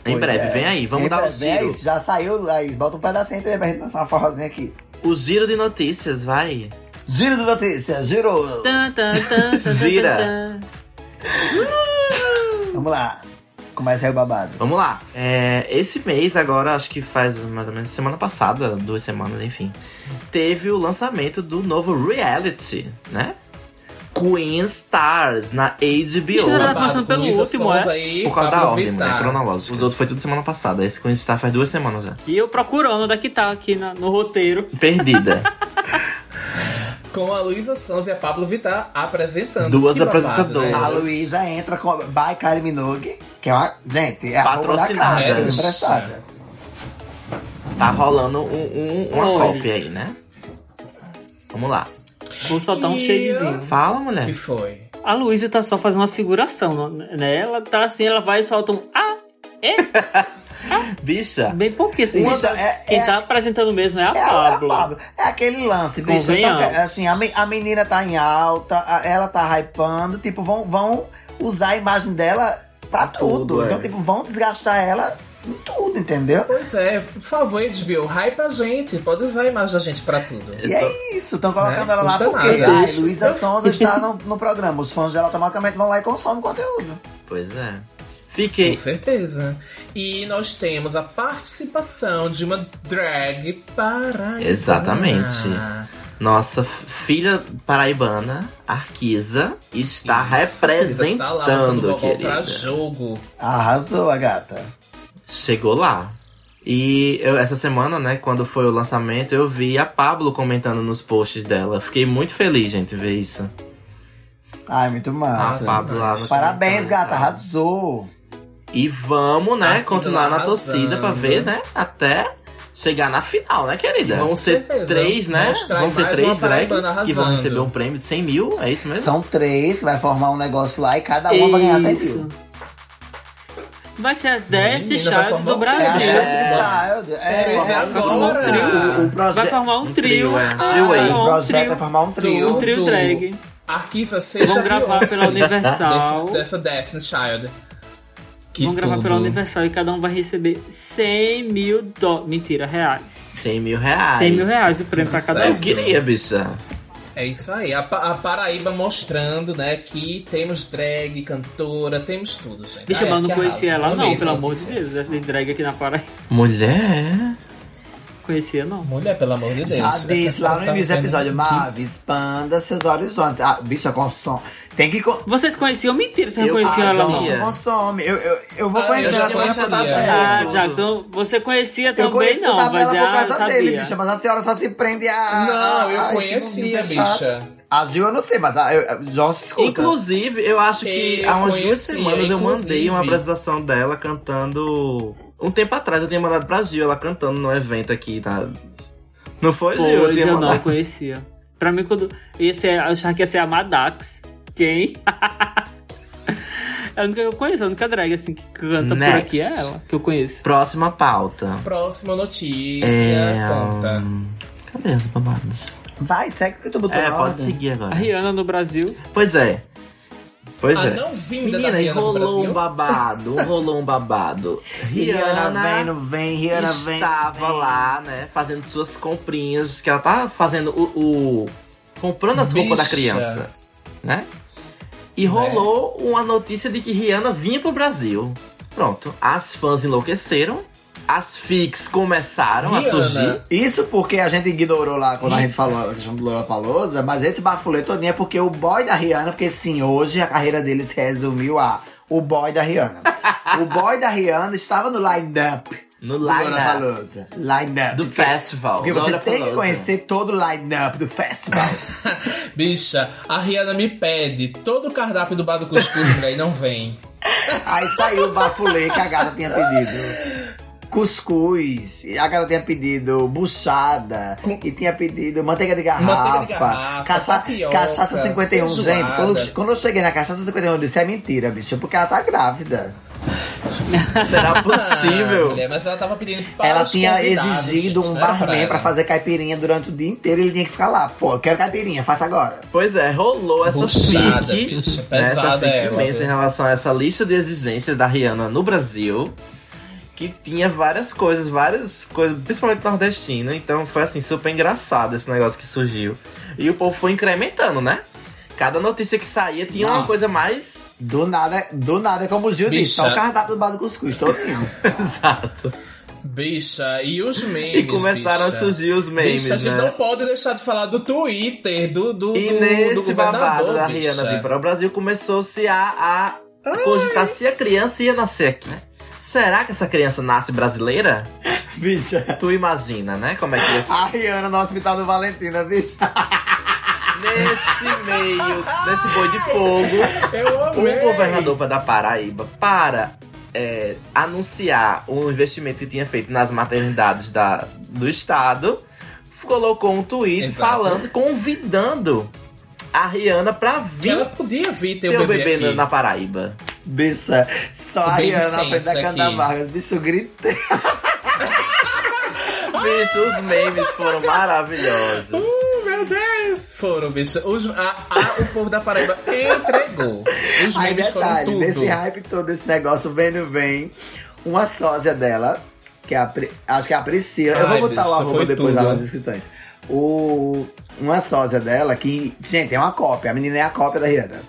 C: em
D: Pois
C: breve,
D: é.
C: vem aí, vamos
D: Em
C: dar o
D: breve, é
C: giro.
D: isso, já saiu, Laís. Bota um pedacinho também pra gente lançar uma forrozinha aqui.
C: O giro de notícias, vai.
D: Giro de notícias, giro!
B: Tan, tan, tan, tan, tan,
C: Gira.
B: tan.
D: Vamos lá. Começa aí o babado.
C: Vamos lá. É, esse mês, agora, acho que faz mais ou menos semana passada, duas semanas, enfim, teve o lançamento do novo reality, né? Queen Stars na
B: Isso era- Tá
C: HBO.
B: passando pelo
A: Luísa
B: último,
A: Sonza
B: é?
A: aí,
C: Por causa
A: pra
C: da ordem, né?
A: aproveitar.
C: Cronológica. Os outros foi tudo semana passada. Esse Queen Star faz duas semanas já.
B: E eu procurando onde é que tá aqui na- no roteiro. *laughs*
C: Perdida.
A: Com a Luísa Sanz e a Pablo Vittar apresentando.
C: Duas
A: Que babado,
C: apresentadoras.
A: né?
D: A Luísa entra com. By Kylie Minogue, que é uma. Gente, é a roupa da
C: Patrocinada.
D: Kylie,
A: Ixi.
D: emprestada.
C: tá rolando um- um- uma
B: Oi.
C: cópia aí, né? Vamos lá.
B: Vou soltar um
A: E-
B: shadezinho.
C: Fala, mulher.
A: Que foi?
B: A Luísa tá só fazendo uma figuração, né? Ela tá assim, ela vai e solta um. Ah!
C: Bicha.
B: Bem pouquinho assim.
D: Uma
B: Bicha,
D: das- é-
B: quem
D: é-
B: tá apresentando mesmo é a
D: É a, a
B: Pablo.
D: Pablo. É aquele lance, bicho. Então,
B: Convenhamos.
D: é assim, a, me- a menina tá em alta, a- ela tá hypando. Tipo, vão, vão usar a imagem dela pra tudo.
C: tudo, é.
D: Então, tipo, vão desgastar ela em tudo, entendeu?
A: Pois é, por favor, HBO, hype a gente. Pode usar a imagem da gente pra tudo.
D: E é isso, estão colocando
A: Né?
D: ela lá
A: Custa
D: porque
A: nada.
D: ai, Luísa Sonza está no, no programa. Os fãs dela automaticamente vão lá e consomem o conteúdo.
C: Pois é.
A: Com
C: Fiquei.
A: certeza. E nós temos a participação de uma drag paraibana.
C: Exatamente. Nossa f- filha paraibana, Arquisa, está
A: Isso, querida, Tá lá botando
C: Tá representando,
A: o gogó
C: querida.
A: pra jogo.
D: Arrasou a gata.
C: Chegou lá. E eu- essa semana, né, quando foi o lançamento, eu vi a Pablo comentando nos posts dela. Fiquei muito feliz, gente, ver isso.
D: Ai, muito
C: A
D: massa.
C: Pablo lá no
D: Parabéns,
C: comentário,
D: gata,
C: tá?
D: arrasou.
C: E vamos, né,
A: Tá
C: continuar na
A: arrasando.
C: torcida pra ver, né, até chegar na final, né, querida?
A: Com
C: Vão ser
A: certeza.
C: três, né?
A: Mostrar
C: Vão ser
A: mais
C: três
A: uma
C: drags
A: paraibana
C: que vão
A: arrasando.
C: receber um prêmio de 100 mil, é isso mesmo?
D: São três que vai formar um negócio lá e cada uma vai ganhar 100 mil.
B: Vai ser a 10 de
A: Menina, vai
B: chaves
A: formar
B: do
A: um
D: É a
A: trio.
B: Brasil.
A: É.
D: chance do Child. É,
A: Quer dizer,
D: vai formar
A: agora.
D: um trio. O
B: Vai
D: projeto-
B: formar um trio.
C: trio, é.
B: Ah,
C: Trio aí.
B: um
D: o projeto
B: trio.
D: é formar um trio.
B: Um trio
A: Tudo.
B: drag.
A: Arquiva seja
B: Vão gravar
A: Beyoncé.
B: pela Universal.
A: *laughs* Desse- Dessa Destiny Child. Que
B: Vão gravar
A: tudo.
B: pela Universal e cada um vai receber 100 mil dólares. Mentira, reais.
C: 100 mil reais.
B: 100 mil reais o prêmio pra cada
A: certo.
C: Eu
B: um.
C: queria, bicha.
A: É isso aí. A, Pa- a Paraíba mostrando, né, que temos drag, cantora, temos tudo, gente.
D: É,
B: Bicha,
A: Ah,
B: mas eu
A: que
B: não conhecia
A: arrasa.
B: ela
A: Amei
B: não,
A: essa
B: pelo amor de
A: notícia.
B: Deus. Essa entrega aqui na Paraíba.
C: Mulher.
B: Conhecia não.
A: Mulher, pelo amor de Deus.
D: Já disse lá no
A: Tá
D: início do
A: vendo
D: episódio,
A: aqui.
D: Mavi, expanda seus horizontes. Ah, bicha, consome. Tem que. con-
B: Vocês conheciam? Mentira, vocês
C: Eu
B: não conheciam
C: conhecia.
D: Ah,
B: ela não.
D: bicha, consome. Eu, eu, eu vou
A: Ah,
D: conhecer
A: eu já
D: ela só pra
A: conhecia.
D: saber.
B: Ah, Jackson, você conhecia
D: Eu
B: também
D: conheço
B: não,
D: não, ela
B: mas
D: por
B: ah,
D: causa dele,
B: sabia.
D: bicha, mas a senhora só se prende a.
A: Não, eu
D: a- a-
A: conhecia,
D: esse mundinho chato.
A: bicha.
D: A Gil eu não sei, mas a, eu, a John se escuta.
C: Inclusive, eu acho que
A: Eu
C: há umas duas
A: conhecia,
C: semanas eu mandei
A: inclusive.
C: uma apresentação dela cantando. Um tempo atrás eu tinha mandado pra Gil ela cantando no evento aqui, tá? Não foi, Gil? eu
B: Pois
C: tinha
B: eu não
C: mandado.
B: conhecia. Pra mim, quando. Eu ia ser, eu achava que ia ser a Madax. Quem? *laughs* a única que eu conheço, a única drag assim que canta por
C: Next.
B: aqui é ela, que eu conheço.
C: Próxima pauta.
A: Próxima notícia,
C: É.
A: conta.
C: hum, Cadê as babadas?
D: Vai, segue o que tu botou
C: É,
D: na
C: pode
D: ordem.
C: seguir
B: A
C: agora.
B: Rihanna no Brasil.
C: Pois é. Pois
A: A
C: é.
A: Ah, não vinda da
C: Menina,
A: Rihanna no
C: enrolou
A: Brasil.
C: um babado, rolou um babado.
D: Rihanna, vem,
C: Rihanna
D: não vem, Rihanna vem.
C: estava
D: vem.
C: lá, né, fazendo suas comprinhas, que ela tá fazendo o, o- comprando as roupas da
A: Bicha. Né?
C: criança, né? E rolou uma notícia de que Rihanna vinha pro Brasil. Pronto, as fãs enlouqueceram, as fics começaram a
A: Rihanna.
C: surgir.
D: Isso porque a gente ignorou lá quando a gente falou a questão do Lola Palosa, mas esse bafulê todinho é porque o boy da Rihanna, porque sim, hoje a carreira dele se resumiu a o boy da Rihanna. o boy da Rihanna estava no line-up
C: No
D: do Lola
C: line
D: Palosa. Line-up.
C: do festival.
D: Porque você tem que
C: Lollapalooza.
D: conhecer todo o line-up do festival.
A: *laughs* Bicha, a Rihanna me pede todo o cardápio do bar do cuscuz, mulher, e não vem.
D: Aí saiu o bafulê que a gata tinha pedido. Cuscuz, e a gata tinha pedido buchada,
A: Com-
D: e tinha pedido manteiga de garrafa,
A: Manteiga de garrafa,
D: cacha-
A: tapioca,
D: cachaça 51. Gente,
A: feijoada.
D: quando, quando eu cheguei na cachaça 51, eu disse: é mentira, bicho, porque ela tá grávida.
C: Será
A: Ah,
C: *laughs* possível?
A: mulher, mas ela tava pedindo para
D: ela
A: os
D: tinha
A: convidados, é
D: exigido
A: gente,
D: um
A: não era pra
D: barman
A: ela.
D: pra fazer caipirinha durante o dia inteiro e ele tinha que ficar lá. Pô, eu quero caipirinha, faça agora.
C: Pois é, rolou essa
A: Puxada, bicho,
C: fic, né, essa
A: pesada
C: fic
A: ela,
C: imensa
A: viu?
C: em relação a essa lista de exigências da Rihanna no Brasil, que tinha várias coisas, várias coisas, principalmente nordestina, então foi assim, super engraçado esse negócio que surgiu. E o povo foi incrementando, né? Cada notícia que saía tinha uma
A: Nossa.
C: coisa mais. *laughs*
D: Do nada, do nada, como o Gil disse,
A: Bicha.
D: só o cardápio do bar do cuscuz, todinho.
A: *laughs*
C: Exato.
A: Bicha, e os memes,
C: *laughs* E começaram
A: bicha?
C: a surgir os memes,
A: Bicha, a gente
C: né?
A: não pode deixar de falar do Twitter, do, do,
C: E
A: do, do
C: nesse babado
A: governador, é.
C: da
A: bicha.
C: Rihanna vir para o Brasil, começou-se a, a cogitar se a criança ia nascer aqui. né? Será que essa criança nasce brasileira?
D: bicha.
C: Tu imagina, né? Como é
A: *laughs*
C: que ia ser.
D: A Rihanna no hospital do Valentina, bicho.
C: Nesse meio desse boi de fogo,
A: Eu amei.
C: o governador da Paraíba para é, anunciar um investimento que tinha feito nas maternidades da, do estado, colocou um tweet
A: Exato.
C: falando, convidando a Rihanna pra
A: Que ela
C: vir
A: podia vir ter
C: ter
A: o
C: o
A: bebê,
C: um bebê
A: aqui.
C: na- na Paraíba.
D: Bicha, só a
A: Bem
D: Rihanna na
A: recente
D: frente da
A: aqui.
D: Canda Vargas. Bicho, eu gritei.
C: Bicho, os memes foram maravilhosos.
A: Uh, meu Deus! Foram, bicha. Os, a, a- o povo da Paraíba entregou. Os
D: Aí
A: memes foram
D: detalhe,
A: tudo.
D: desse hype todo, desse negócio, vem não vem, uma sósia dela, que é a Pri- acho que é a Priscila. eu
A: Ai,
D: vou botar
A: bicho,
D: o arroba
A: foi
D: depois
A: tudo.
D: lá nas descrições. O, uma sósia dela que, gente, é uma cópia. A menina é a cópia da Rihanna.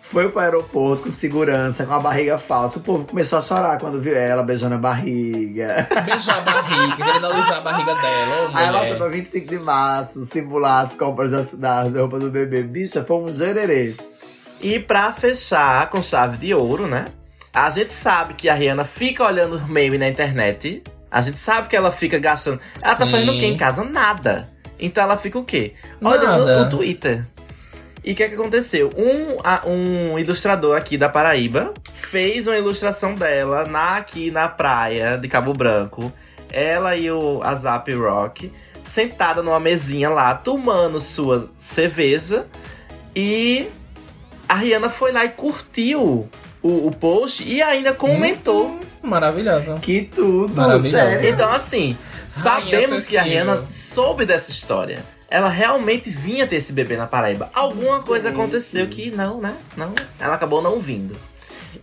D: Foi pro aeroporto com segurança, com a barriga falsa. O povo começou a chorar quando viu ela beijando
A: *laughs*
D: a barriga.
A: Beijar a barriga, granalizar a barriga dela. Ô,
D: Aí ela foi
A: mulher.
D: pra 25 de março simular as compras das, das roupas do bebê. Bicha, foi um gererê.
C: E pra fechar com chave de ouro, né? A gente sabe que a Rihanna fica olhando meme na internet. A gente sabe que ela fica gastando. Ela tá
A: Sim.
C: fazendo o quê em casa? Nada. Então ela fica o quê?
A: Nada.
C: Olhando o Twitter. E o que, é que aconteceu? Um, a- um ilustrador aqui da Paraíba fez uma ilustração dela na, aqui na praia de Cabo Branco. Ela e o Azap Rock sentada numa mesinha lá, tomando sua cerveja. E a Rihanna foi lá e curtiu o, o post e ainda comentou.
A: Maravilhosa.
D: Que tudo,
A: Maravilhoso.
D: sério.
C: Então, assim, sabemos que a
A: sensível.
C: Rihanna soube dessa história. Ela realmente vinha ter esse bebê na Paraíba. Alguma coisa
D: Gente.
C: aconteceu que não, né? Não, ela acabou não vindo.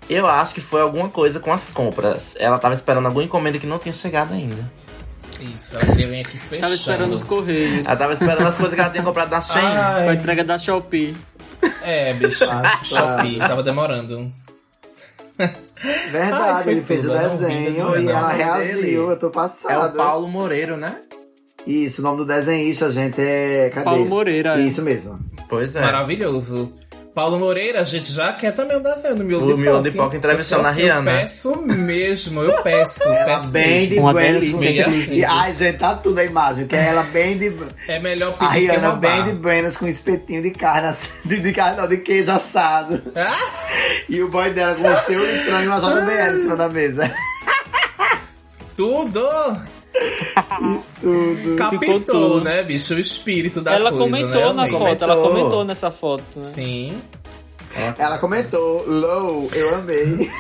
C: Eu acho que foi alguma coisa com as compras. Ela tava esperando alguma encomenda que não tinha chegado ainda.
A: Isso, ela queria vir aqui fechando.
B: Tava esperando os correios.
C: Ela tava esperando as coisas que ela tinha comprado na Shein.
B: Com a
A: Ai,
B: entrega da Shopee.
A: é,
C: *laughs*
A: bicho.
D: Ah,
A: Shopee, tava demorando.
D: Verdade,
A: Ai, foi
D: ele fez o
A: tudo, eu não vi,
D: desenho
A: não vi,
D: e
A: não.
D: ela
C: O nome
D: reagiu,
C: dele
D: eu tô
C: é o
D: passado.
C: Paulo Moreiro, né?
D: Isso, o nome do desenhista, gente, é. Cadê?
B: Paulo Moreira.
D: Isso mesmo.
C: Pois é.
A: Maravilhoso. Paulo Moreira, a gente já quer também o desenho do Miolo
C: O
A: de
C: Miolo de
A: Poc.
C: Poc entrevistando
A: assim, Eu-
C: a Rihanna.
A: Eu peço mesmo, eu peço.
C: *laughs*
D: Ela
A: peço
D: bem
A: mesmo.
D: de
B: Uma
D: Buenos
B: delícia.
A: Bem
D: com-
A: assim.
D: E- Ai, gente, tá tudo a imagem, que é ela
A: *laughs*
D: bem de.
A: É melhor
D: A
A: pedir que
D: Rihanna
A: roubar.
D: bem de Buenos com um espetinho de carne, ass- *laughs* de, de carne não, de queijo assado.
A: Ah,
D: E o boy dela com o seu estranho uma JBL em cima
A: *laughs*
D: da mesa.
A: tudo!
D: Tudo.
A: Captou,
B: Hum, tudo.
A: né, bicho? O espírito da
B: Ela
A: coisa,
B: comentou
A: né?
B: na
A: Amei.
B: foto, ela
C: Comentou.
B: comentou nessa foto. né?
A: Sim.
D: Ela comentou, low, eu amei.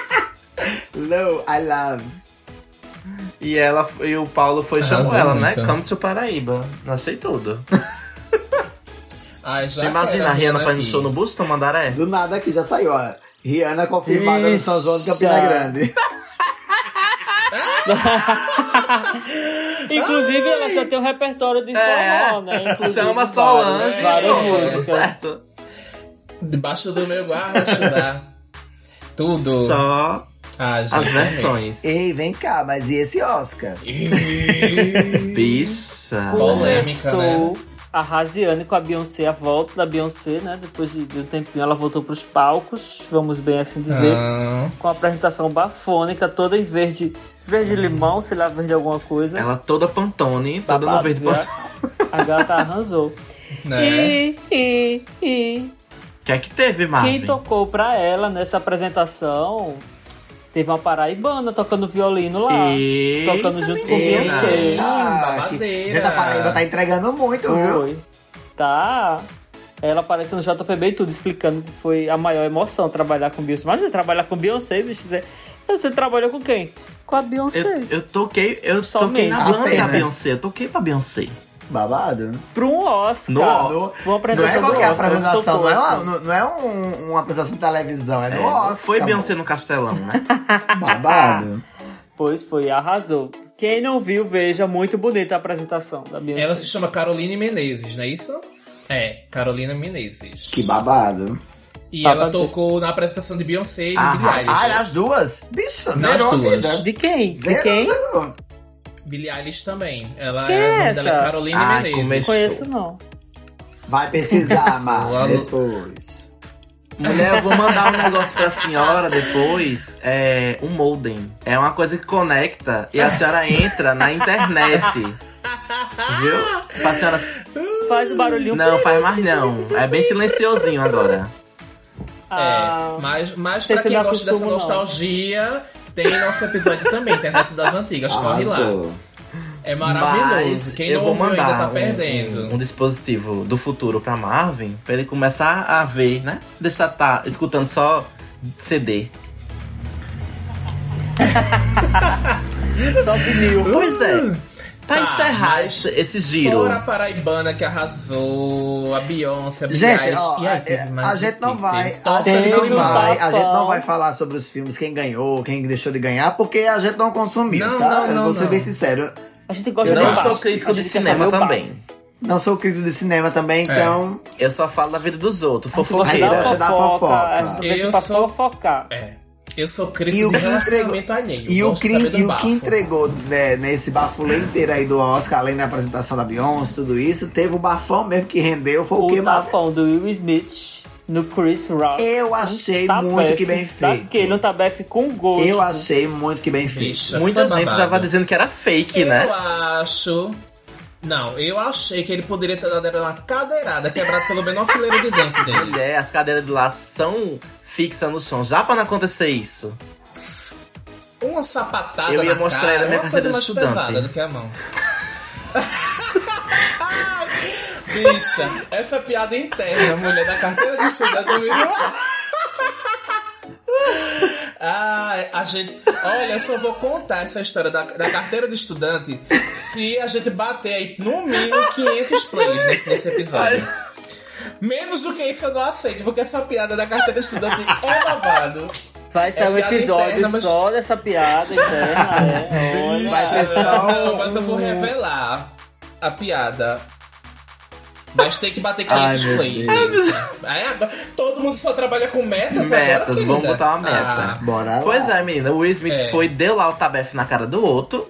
D: *laughs* low, I love.
C: E ela e o Paulo foi
A: Arrasou então.
C: chamou ela, né?
A: muito.
C: Come to Paraíba. Achei tudo.
A: Ai, Ah, já
C: Imagina
A: quero
C: a Rihanna fazendo
A: aqui.
C: show no Busto Mandaré.
D: Do nada aqui, já saiu, ó. Rihanna confirmada no São João de Campina
B: Ixi.
D: Grande.
B: Inclusive, ela já tem um repertório de
C: É.
B: forró, né? Inclusive,
C: Chama
B: várias-
C: Solange.
B: Várias
C: pronto,
B: músicas.
C: certo?
A: Debaixo do meu guarda
C: *laughs*
A: chorar. Tudo.
C: Só
A: Ah, gente,
C: as
A: amei.
D: *laughs*
C: versões.
D: Ei, vem cá, mas e esse Oscar?
A: Ih,
C: Bicha.
A: Polêmica, né?
B: Começou A Raziane com a Beyoncé, a volta da Beyoncé, né? Depois de, de um tempinho ela voltou pros palcos, vamos bem assim dizer.
A: *laughs* Ah,
B: Com a apresentação bafônica, toda em verde, verde limão, sei lá, verde alguma coisa.
C: Ela toda Pantone, toda no
B: Babado,
C: verde
B: né?
C: Pantone.
B: A gata arrasou.
A: né?
B: E, e, e
C: O que é que teve,
A: Ah,
C: Marvin?
B: quem tocou pra ela nessa apresentação teve uma paraibana tocando violino lá.
C: E...
B: Tocando junto com
C: menina.
B: Beyoncé.
A: babadeira.
D: Gente, a Paraíba Ah, tá entregando muito, viu?
B: Hum, Foi. Tá. Ela apareceu no JPB e tudo, explicando que foi a maior emoção trabalhar com Beyoncé. Imagina trabalhar com Beyoncé, bicho. Zé. Você trabalhou com quem? Com a Beyoncé.
C: Eu, eu toquei, eu toquei
B: Somente.
C: na banda da
D: Apenas.
C: Beyoncé. Eu toquei pra Beyoncé.
D: Babado.
B: Pra um Oscar.
C: No-
D: no-
B: Uma
D: Não é
B: apresentação
D: qualquer
B: do Oscar.
D: apresentação, não
B: tocou,
D: é, uma,
B: assim.
D: não- não é um- uma apresentação de televisão, é,
C: É,
D: do
C: não
D: Oscar.
C: foi
D: amor.
C: Beyoncé no Castelão, né?
D: Babado.
B: Pois foi, arrasou. Quem não viu, veja. Muito bonita a apresentação da Beyoncé.
A: Ela se chama Caroline Menezes, não é isso? É, Carolina Menezes.
D: Que babado.
A: E
B: Tá,
A: ela
B: tá,
A: tocou na apresentação de Beyoncé e de Billie
C: Arrasa.
A: Eilish.
D: Ah, as duas? Bicha,
A: Nas
D: zerou a
A: duas.
D: vida.
B: De quem?
D: Zerou,
B: De quem?
D: zerou. ah.
A: Billie Eilish também. Ela
B: Quem
A: é, o
B: é
A: nome dela é
B: essa?
A: Caroline
C: Ai,
A: Menezes.
C: começou.
B: Conheço não.
D: Vai precisar, *laughs* Mar,
A: Sua lu-
D: depois.
C: Mulher, eu vou mandar um negócio pra senhora depois. É um modem. É uma coisa que conecta e a senhora entra na internet. Viu? Pra senhora.
B: Faz o barulhinho.
C: Não, faz mais não. É bem silenciosinho agora.
B: Ah,
A: É, mas, mas
B: Sei
A: pra
B: se
A: quem
B: não
A: gosta dessa
B: acostumo, não.
A: nostalgia, tem nosso episódio também, Internet das
D: Ah,
A: Antigas. Corre lá.
D: Arrasou.
A: É maravilhoso.
C: Mas
A: Quem
C: eu
A: não
C: vou
A: ouviu ainda
C: mandar
A: tá
C: um-
A: perdendo.
C: Um, um dispositivo do futuro pra Marvin, pra ele começar a ver, né? Deixar tá escutando só CD.
B: só vinil.
C: Pois é. Pra
A: Tá,
C: encerrar
A: mas
C: esse giro.
A: Fora a Paraibana que arrasou, a Beyoncé, a Billie
D: Gente,
A: Eilish.
D: ó,
A: E aí,
D: é,
A: teve mais
D: a
A: o
D: gente
A: quê?
D: não vai,
A: Teve
D: a
A: Toca de
D: gente não
B: Teve um
A: Limão.
D: vai, a gente não
B: tapão.
D: vai falar sobre os filmes, quem ganhou, quem deixou de ganhar, porque a gente não consumiu,
A: Não,
D: tá?
A: não,
D: Eu
A: não,
D: vou ser
A: não.
D: bem sincero,
B: A gente
C: Eu
B: gosta de
C: não
B: bafo.
C: sou crítico
B: A
C: de
B: gente quer
C: cinema
B: saber o
C: também.
D: não sou crítico de cinema
A: É.
D: também, então
C: Eu só falo da vida dos outros,
B: bafo. A gente
C: fofoqueira.
D: Fofoqueira.
B: gosta da fofoca. A gente
A: Eu
B: gosta pra
A: sou-
B: fofocar.
A: É. Eu sou
D: E
A: crítico
D: o
A: de
D: que entregou-
A: relacionamento alheio.
D: E, o,
A: Gosto de
D: cri-
A: saber do
D: e o
A: bafo.
D: que entregou né, nesse bafulê inteiro aí do Oscar, além da apresentação da Beyoncé, tudo isso, teve o bafão mesmo que rendeu, foi o, que
B: O
D: mais-
B: tapão do Will Smith no Chris Rock. Tá
D: Eu achei
B: Tabefe
D: muito que bem feito.
B: Daquele, um tabefe com gosto.
D: Eu achei muito que bem feito.
A: Bicha,
C: Muita
A: foi
C: gente
A: babado.
C: tava dizendo que era fake,
A: Eu
C: né?
A: acho. Não, eu achei que ele poderia
C: É,
A: ter dado uma cadeirada, quebrado pelo menos uma fileira de dente dele.
C: Mulher, as cadeiras de lá são fixa no chão, já pra não acontecer isso.
A: Uma sapatada
C: Eu ia
A: na
C: mostrar
A: cara
C: ele a minha
A: é uma coisa
C: carteira de
A: mais
C: estudante.
A: pesada do que a
C: *laughs*
A: mão. Bicha, essa é piada interna, mulher da carteira de estudante do Ah, a gente. Olha, eu só vou contar essa história da, da carteira de estudante se a gente bater aí no mínimo 500 plays nesse, nesse episódio. Menos do que isso eu não aceito, porque essa piada da carteira de estudante é babado.
B: Vai ser
A: É
B: um
A: piada
B: episódio
A: interna, mas-
B: só dessa piada
A: *laughs*
B: interna, é. Olha.
D: Vai ser só
C: então,
A: Não,
D: um-
A: mas eu vou revelar a piada. Mas tem que bater 500
C: Ai, meu
A: plays. É, todo mundo só trabalha com metas, agora,
C: Metas,
A: querida.
C: vamos botar uma meta.
A: Ah,
D: Bora lá.
C: Pois é, menina, o Will Smith
A: É.
C: foi, deu lá o tabef na cara do outro,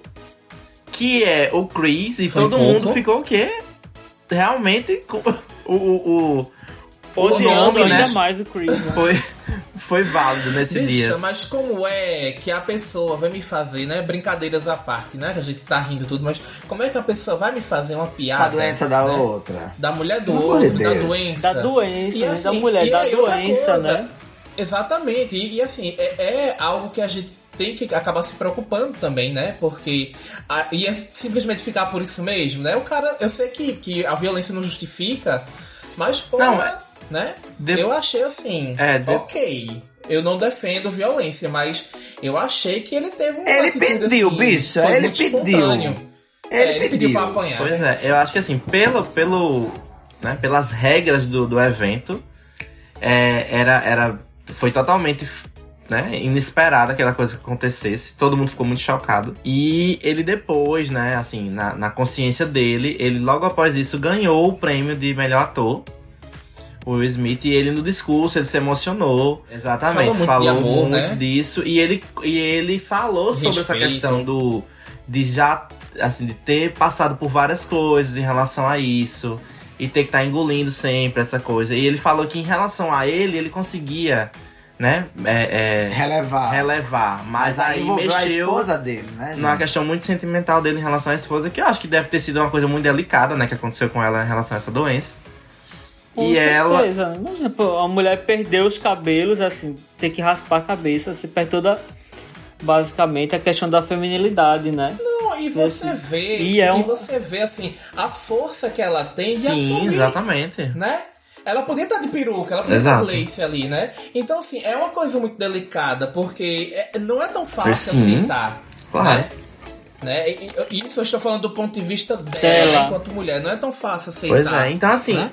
C: que é o Chris, e
A: Foi
C: todo
A: pouco.
C: mundo ficou o quê? Realmente, com- *laughs* o. o, o odiando,
A: nome,
C: né?
B: ainda mais o Chris. né?
C: Foi, foi válido nesse
A: Bicha,
C: dia.
A: mas como é que a pessoa vai me fazer, né? Brincadeiras à parte, né? Que a gente tá rindo e tudo, mas como é que a pessoa vai me fazer uma
D: Com
A: piada?
D: a doença da
A: né?
D: outra.
A: Da mulher do
D: Pelo amor
A: outro,
D: de
A: da
D: Deus.
A: doença.
B: Da doença,
A: E
B: né? da
A: assim,
B: mulher,
A: e
B: da
A: aí outra
B: doença,
A: coisa,
B: né?
A: Exatamente. E, e assim, é, é algo que a gente tem que acabar se preocupando também, né? Porque a- ia simplesmente ficar por isso mesmo, né? O cara, eu sei que, que a violência não justifica, mas porra,
C: Não, é-
A: né?
C: De-
A: Eu achei assim,
C: É, de-
A: ok. Eu não defendo violência, mas eu achei que ele teve um.
D: Ele pediu, bicha, ele pediu.
A: Ele, é, ele pediu pra apanhar.
C: Pois é, eu acho que assim, pelo, pelo, né, pelas regras do, do evento, é, era, era, foi totalmente né, inesperada aquela coisa que acontecesse. Todo mundo ficou muito chocado. E ele depois, né, assim, na, na consciência dele, ele logo após isso ganhou o prêmio de melhor ator. O Will Smith, e ele no discurso, ele se emocionou. Exatamente.
A: Falou muito de
C: falou
A: amor,
C: muito
A: né?
C: disso. E ele, e ele falou sobre essa
A: Respeito.
C: questão do. De já. Assim, de ter passado por várias coisas em relação a isso. E ter que estar engolindo sempre essa coisa. E ele falou que em relação a ele, ele conseguia, né? é, é,
D: Relevar.
C: relevar. Mas, aí
D: envolveu a
C: mexeu
D: esposa dele, né?
C: numa
D: gente?
C: questão muito sentimental dele em relação à esposa, que eu acho que deve ter sido uma coisa muito delicada, né? Que aconteceu com ela em relação a essa doença.
B: Com
C: e ela.
B: certeza. Imagina, pô, a mulher perdeu os cabelos, assim, ter que raspar a cabeça, você perde toda, basicamente, a questão da feminilidade, né?
A: Não, Então, e você vê,
B: E é um-
A: você vê assim, a força que ela tem de
C: Sim,
A: assumir,
C: exatamente.
A: né? Ela podia estar de peruca, ela podia estar
C: Exato.
A: de lace ali, né? Então, assim, é uma coisa muito delicada, porque é- não é tão fácil
C: Sim,
A: aceitar.
C: claro.
A: Né? Né? E- e- Isso eu estou falando do ponto de vista dela,
B: Dela.
A: enquanto mulher. Não é tão fácil aceitar.
C: Pois é, então assim.
A: né?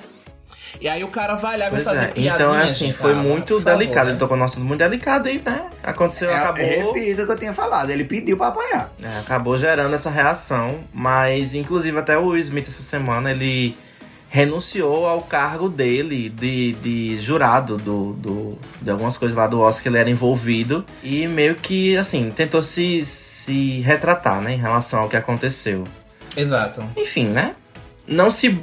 A: E aí o cara vai lá e vai
C: Pois
A: fazer
C: é.
A: piadinha,
C: Então, assim,
A: gente,
C: foi
A: ah,
C: muito
A: por favor,
C: delicado. então.
A: né?
C: Ele tocou no assunto muito delicado e, né? Aconteceu,
D: É,
C: acabou.
D: eu Repito o que eu tinha falado, ele pediu pra apanhar.
C: É, acabou gerando essa reação, mas inclusive até o Will Smith essa semana ele renunciou ao cargo dele de, de jurado do, do, de algumas coisas lá do Oscar que ele era envolvido e meio que assim tentou se, se retratar né, em relação ao que aconteceu.
A: Exato.
C: Enfim, né? Não se.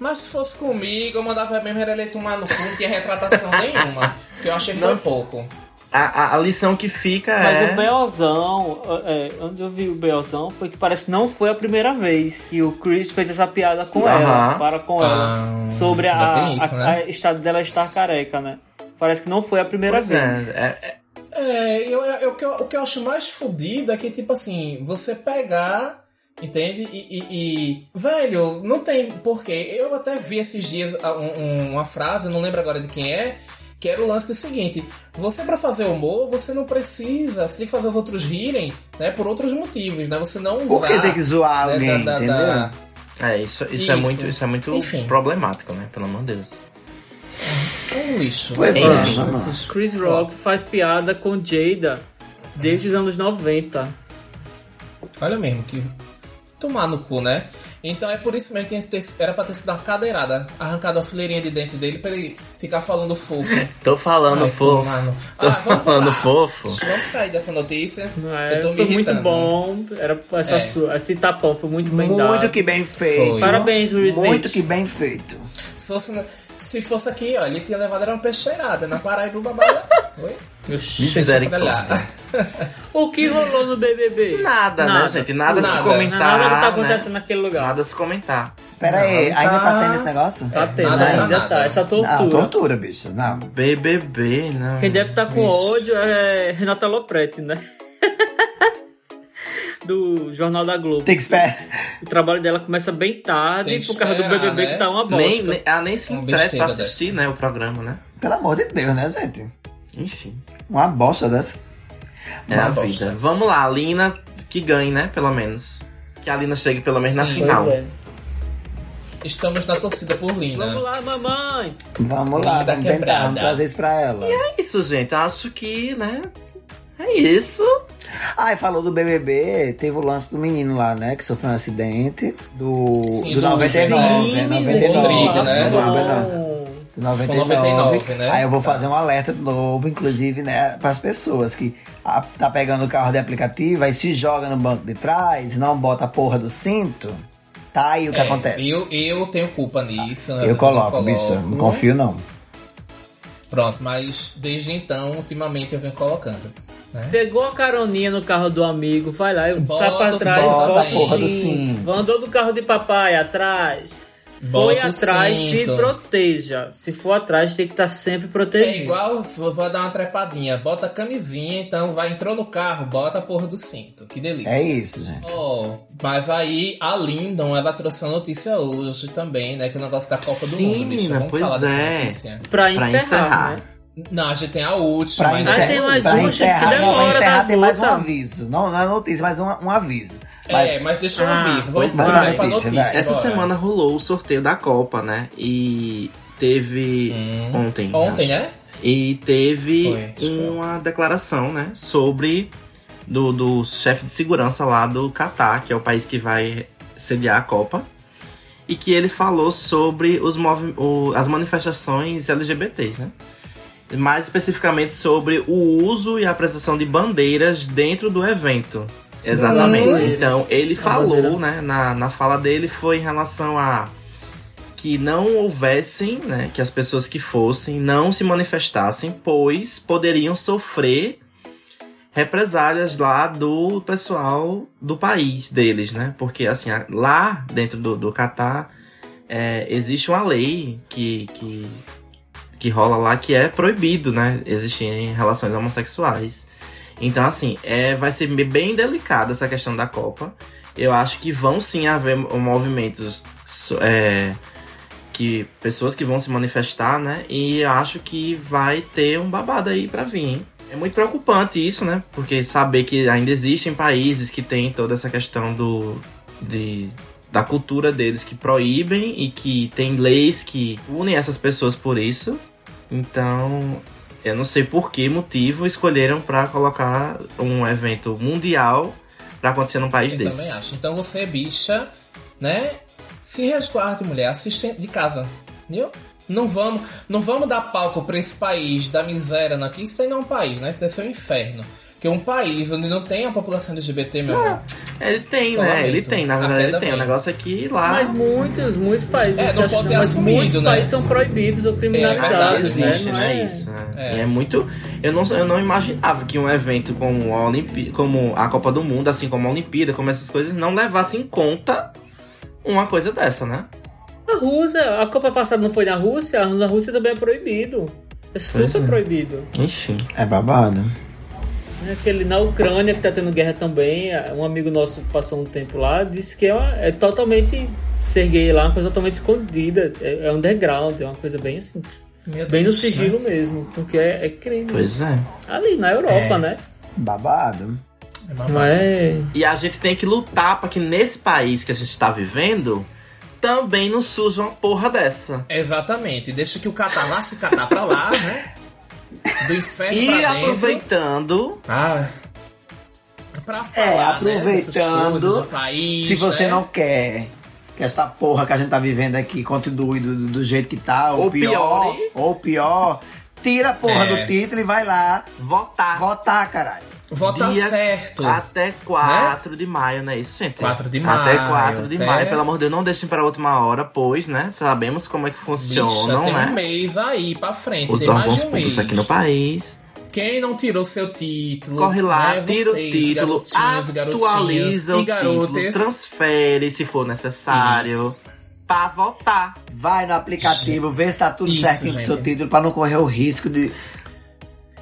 A: Mas se fosse comigo, eu mandava mesmo era ele tomar no cu, não tinha
C: *laughs*
A: retratação nenhuma. Que eu achei foi
C: Nossa.
A: pouco.
C: A, a, a lição que fica
B: Mas
C: é.
B: o Belzão, é, onde eu vi o Belzão foi que parece que não foi a primeira vez que o Chris fez essa piada com
C: Aham.
B: ela, para com
A: Ah,
B: ela, sobre a,
A: ainda tem
B: a-
A: isso,
B: a-
A: né?
B: a estado dela estar careca, né? Parece que não foi a primeira
C: Pois
B: vez.
C: é, é- é-
A: É, eu, eu- o que eu, o que eu acho mais fodido é que, tipo assim, você pegar, entende? E, e- e- Velho, não tem porquê. Eu até vi esses dias ah, um- um- uma frase, não lembro agora de quem é, que era o lance do seguinte: você, pra fazer humor, você não precisa, você tem que fazer os outros rirem, né? Por outros motivos, né? Você não
D: Por
A: usar.
D: que tem que zoar
A: né,
D: alguém,
A: da- da-
D: entendeu?
A: da-
C: é, isso, isso, é
A: Isso.
C: muito, isso é muito
A: Enfim.
C: problemático, né? Pelo amor de Deus.
A: É um lixo.
D: Pois
A: né?
C: é,
A: Um lixo,
D: vamos lá.
A: esses-
B: Chris Rock faz piada com Jada desde os anos 90.
A: Olha mesmo que. Tomar no cu, né? Então é por isso mesmo que tem que ter- era pra ter sido uma cadeirada, arrancado uma fileirinha de dente dele pra ele ficar falando fofo.
C: Tô *laughs* falando
A: Ai,
C: fofo.
A: tomar no-
C: Tô
A: Ah, vamos
C: falando
A: pular.
C: fofo.
A: Vamos sair dessa notícia.
B: Não é?
A: Eu tô me
B: Foi muito
A: irritando.
B: bom. Era essa
A: É.
B: sua- esse tapão foi muito bem
D: Muito
B: dado.
D: que bem feito.
A: Foi.
B: Parabéns, Will Smith.
D: Muito que bem feito.
A: Se fosse, na- se fosse
C: *laughs*
A: aqui, ó, ele tinha levado era uma peixeirada na Paraíba babada. Oi?
B: Meu Deus.
C: Misericórdia.
A: Olha lá.
B: O que rolou no BBB?
C: Nada, né, gente? Nada,
A: Nada.
C: se comentar.
B: Nada que tá acontecendo
C: né?
B: naquele lugar.
C: Nada se comentar.
D: Pera aí,
A: Não,
D: ainda
A: tá-
D: tá tendo esse negócio?
C: é,
B: Tá tendo,
A: nada,
B: ainda
A: nada.
B: tá. Essa tortura.
D: Ah, tortura, bicho. Não.
C: BBB, não.
B: Quem deve estar com
A: Isso.
B: ódio é Renata Lopretti, né? *laughs* do Jornal da Globo.
D: Tem que esperar. *laughs*
B: O trabalho dela começa bem tarde
A: Tem que
B: por causa do
A: esperar,
B: BBB
A: né?
B: que tá uma bosta.
C: nem, nem, ela nem se
A: Uma
C: interessa pra
A: besteira
C: assistir, né? O programa, né?
D: Pelo amor de Deus, né, gente?
C: Enfim.
D: Uma bosta dessa.
C: É
A: Uma
C: a
A: bosta.
C: vida. Vamos lá, a Lina que ganhe, né? Pelo menos. Que a Lina chegue pelo menos na
A: Sim.
C: final.
B: Pois é.
A: Estamos na torcida por Lina.
B: Vamos lá, mamãe.
D: Vamos lá,
A: Tá
D: vamos tentar,
A: quebrada.
D: vamos trazer isso pra ela.
C: É isso, gente. Eu acho que, né? É isso.
D: Ah, e falou do BBB, teve o lance do menino lá, né? Que sofreu um acidente. Do,
A: Sim,
D: do
A: do
D: 99,
A: Sim,
D: né?
A: Rodrigo,
D: 99.
A: né?
D: 99.
B: Bom.
D: Do 99.
A: Foi 99, né?
D: Aí eu vou
A: Tá.
D: fazer um alerta de novo, inclusive, né? Para as pessoas que a- tá pegando o carro de aplicativo, aí se joga no banco de trás e não bota a porra do cinto. Tá aí o que
A: É,
D: acontece.
A: Eu, eu tenho culpa nisso. né?
D: Eu coloco, bicho. Não confio, não.
A: Pronto, mas desde então, ultimamente, eu venho colocando. Né?
B: Pegou a caroninha no carro do amigo, vai lá, eu
A: Bota
B: vai pra
A: o
B: trás,
A: bota
B: bota
A: aí.
B: o
D: Porra do
B: sim.
D: cinto.
B: Andou do carro de papai atrás. Foi
A: Bota o
B: atrás, se
A: cinto.
B: proteja. Se for atrás, tem que estar sempre
A: É
B: protegido.
A: igual, vou vou dar uma trepadinha. Bota a camisinha, então vai, entrou no carro, bota a porra do cinto. Que delícia.
D: É isso, gente.
A: Oh, mas aí a Lindon, ela trouxe a notícia hoje também, né? Que o negócio da Copa
C: Sim,
A: do Mundo,
D: né,
A: bicho.
C: menina,
A: Vamos
C: pois
A: falar
C: é.
A: dessa notícia.
B: Pra
C: Pra
B: encerrar,
C: encerrar.
B: né?
A: Não, a gente tem a última.
D: Pra,
A: né?
D: encerrar,
B: Ah, tem mais
D: pra
B: um, gente,
D: encerrar,
B: que
D: não, pra
B: demora
D: encerrar
B: da
D: tem mais um
B: luta.
D: aviso. Não, não é notícia, mas um, um aviso.
A: É,
D: Vai-
A: mas deixa eu
B: Ah,
A: ouvir.
C: pois
A: Vamos
D: é.
C: vai,
A: vai, pra
D: notícia,
A: notícia.
D: vai.
C: Essa
A: bora.
C: semana rolou o sorteio da Copa, né? E teve
A: Hum.
C: ontem. né?
A: Ontem, né?
C: E teve
A: Foi, acho que
C: uma declaração, né? Sobre do, do chefe de segurança lá do Catar, que é o país que vai sediar a Copa. E que ele falou sobre os movi- o- as manifestações LGBTs, né? Mais especificamente sobre o uso e a apresentação de bandeiras dentro do evento. Exatamente.
B: Hum.
C: Então, ele
B: A
C: falou, né? Na, na fala dele foi em relação a que não houvessem, né, que as pessoas que fossem não se manifestassem, pois poderiam sofrer represálias lá do pessoal do país deles, né? Porque assim, a- lá dentro do, do Catar é, existe uma lei que, que que rola lá que é proibido, né, existirem relações homossexuais. Então assim, é vai ser bem delicada essa questão da Copa. Eu acho que vão sim haver movimentos so- é, que pessoas que vão se manifestar, né? E eu acho que vai ter um babado aí pra vir. hein? É muito preocupante isso, né? Porque saber que ainda existem países que têm toda essa questão do de, da cultura deles que proíbem e que tem leis que unem essas pessoas por isso. Então, eu não sei por que motivo escolheram pra colocar um evento mundial pra acontecer num país
A: Eu
C: desse.
A: também acho. Então você, bicha, né? Se resguarde, mulher. Assiste de casa. Viu? Não vamos, não vamos dar palco pra esse país da miséria, não. Que isso aí não é um país, né? Isso deve ser um inferno. Porque um país onde não tem a população LGBT, meu irmão.
C: Ele tem,
A: Só
C: né?
A: lamento.
C: Ele tem, na
A: Até
C: verdade ele tem.
A: também.
C: O negócio é que lá.
B: Mas muitos, muitos países.
A: É, não
B: acho
A: pode
B: que-
A: ter
B: mas
A: assumido,
B: muitos
A: né? É
B: países são proibidos ou criminalizados,
A: verdade,
B: né?
C: existe,
B: Não
C: né?
B: é-
C: Isso. né?
A: É.
C: E é muito. Eu não, eu não imaginava que um evento como a, Olimpí como a Copa do Mundo, assim como a Olimpíada, como essas coisas, não levasse em conta uma coisa dessa, né?
B: A Rússia, a Copa passada não foi na Rússia? Na Rússia também é proibido. É super
C: é.
B: proibido.
C: Enfim.
D: É babado.
B: É Aquele na Ucrânia que tá tendo guerra também, um amigo nosso passou um tempo lá, disse que é, uma- é totalmente ser gay lá, é uma coisa totalmente escondida, é, é underground, é uma coisa bem assim,
A: Meu
B: bem no
A: Deus, né?
B: sigilo mesmo, porque é, é crime.
C: Pois é.
B: Ali na Europa,
A: É.
B: né?
D: Babado.
A: É uma
B: Não é.
C: E a gente tem que lutar pra que nesse país que a gente tá vivendo também não surja uma porra dessa.
A: Exatamente. Deixa que o catar lá se catar pra lá, né? Do inferno
C: E
A: pra é tá dentro.
C: aproveitando.
A: Ah. Pra falar,
D: É,
A: né, dessas coisas,
D: aproveitando.
A: do país,
D: Se você
A: né?
D: não quer que essa porra que a gente tá vivendo aqui continue do, do jeito que tá, ou,
C: Ou
D: pior,
C: piore.
D: ou pior, tira a porra
A: É.
D: do título e vai lá
C: Votar.
D: votar, caralho.
A: Vota
C: Dia- Ah,
A: certo.
C: Até 4 de maio, não é isso, gente?
A: 4 de
C: Até
A: maio,
C: 4 de
A: até-
C: maio, pelo amor de Deus, não deixem para última hora, pois, né? Sabemos como é que
A: Bicha,
C: funcionam,
A: tem um
C: né?
A: mês aí pra frente.
C: Os
A: tem mais
C: órgãos
A: de um mês.
C: públicos aqui no país.
A: Que Quem não tirou seu título?
C: Corre lá,
A: né,
C: tira o
A: vocês,
C: título,
A: garotinhos, garotinhas
C: atualiza
A: e
C: o título,
A: garotas.
C: transfere se for necessário pra votar.
D: Vai no aplicativo, vê se tá tudo
A: Isso,
D: certinho com
A: gente.
D: seu título pra não correr o risco de.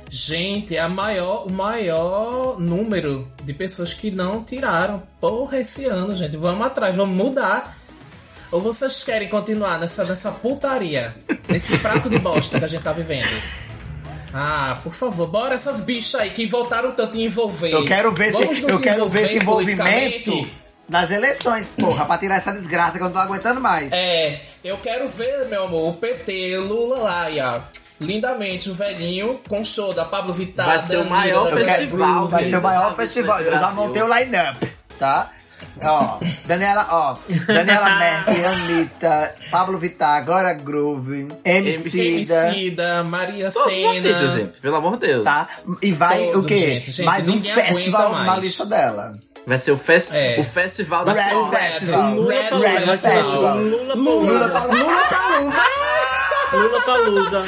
A: Gente, é a maior, o maior número de pessoas que não tiraram. Porra, esse ano, gente. Vamos atrás, vamos mudar. Ou vocês querem continuar nessa, nessa putaria? Nesse prato de bosta que a gente tá vivendo? Ah, por favor, bora essas bichas aí que voltaram tanto em envolver.
D: Eu quero ver
A: Vamos
D: se,
A: nos
D: eu quero ver esse
A: envolver
D: envolvimento
A: politicamente.
D: nas eleições, porra, pra tirar essa desgraça que eu não tô aguentando mais.
A: É, eu quero ver, meu amor, o PT, Lula Laia. Lindamente, o velhinho, com show da Pablo Vittar.
C: Vai ser o
A: da
C: maior
A: Lira, da Glória
C: festival,
A: Groove.
D: Vai ser o maior
C: Brasil,
D: festival. Eu já
C: Brasil.
D: montei o line-up, tá? Ó, Daniela, ó,
A: *laughs*
D: Daniela Merck, Anitta, Pablo Vittar, Glória Groove, MC da.
A: Emicida, Maria
C: Todo mundo isso,
A: Senna.
C: gente, pelo amor de Deus.
D: Tá? E vai
A: Todos,
D: o quê?
A: gente, gente,
D: mais um
A: ninguém aguenta
D: festival na
A: mais.
D: lista dela.
C: Vai ser o, fest...
A: É.
C: o festival da
A: Vai ser o
C: sorte.
A: Red Festival.
B: Lula
A: Red
B: Palusa.
A: Festival.
B: Lula
D: Lula
B: Palusa.
D: pra Lula pra Lula.
B: Lula Palusa.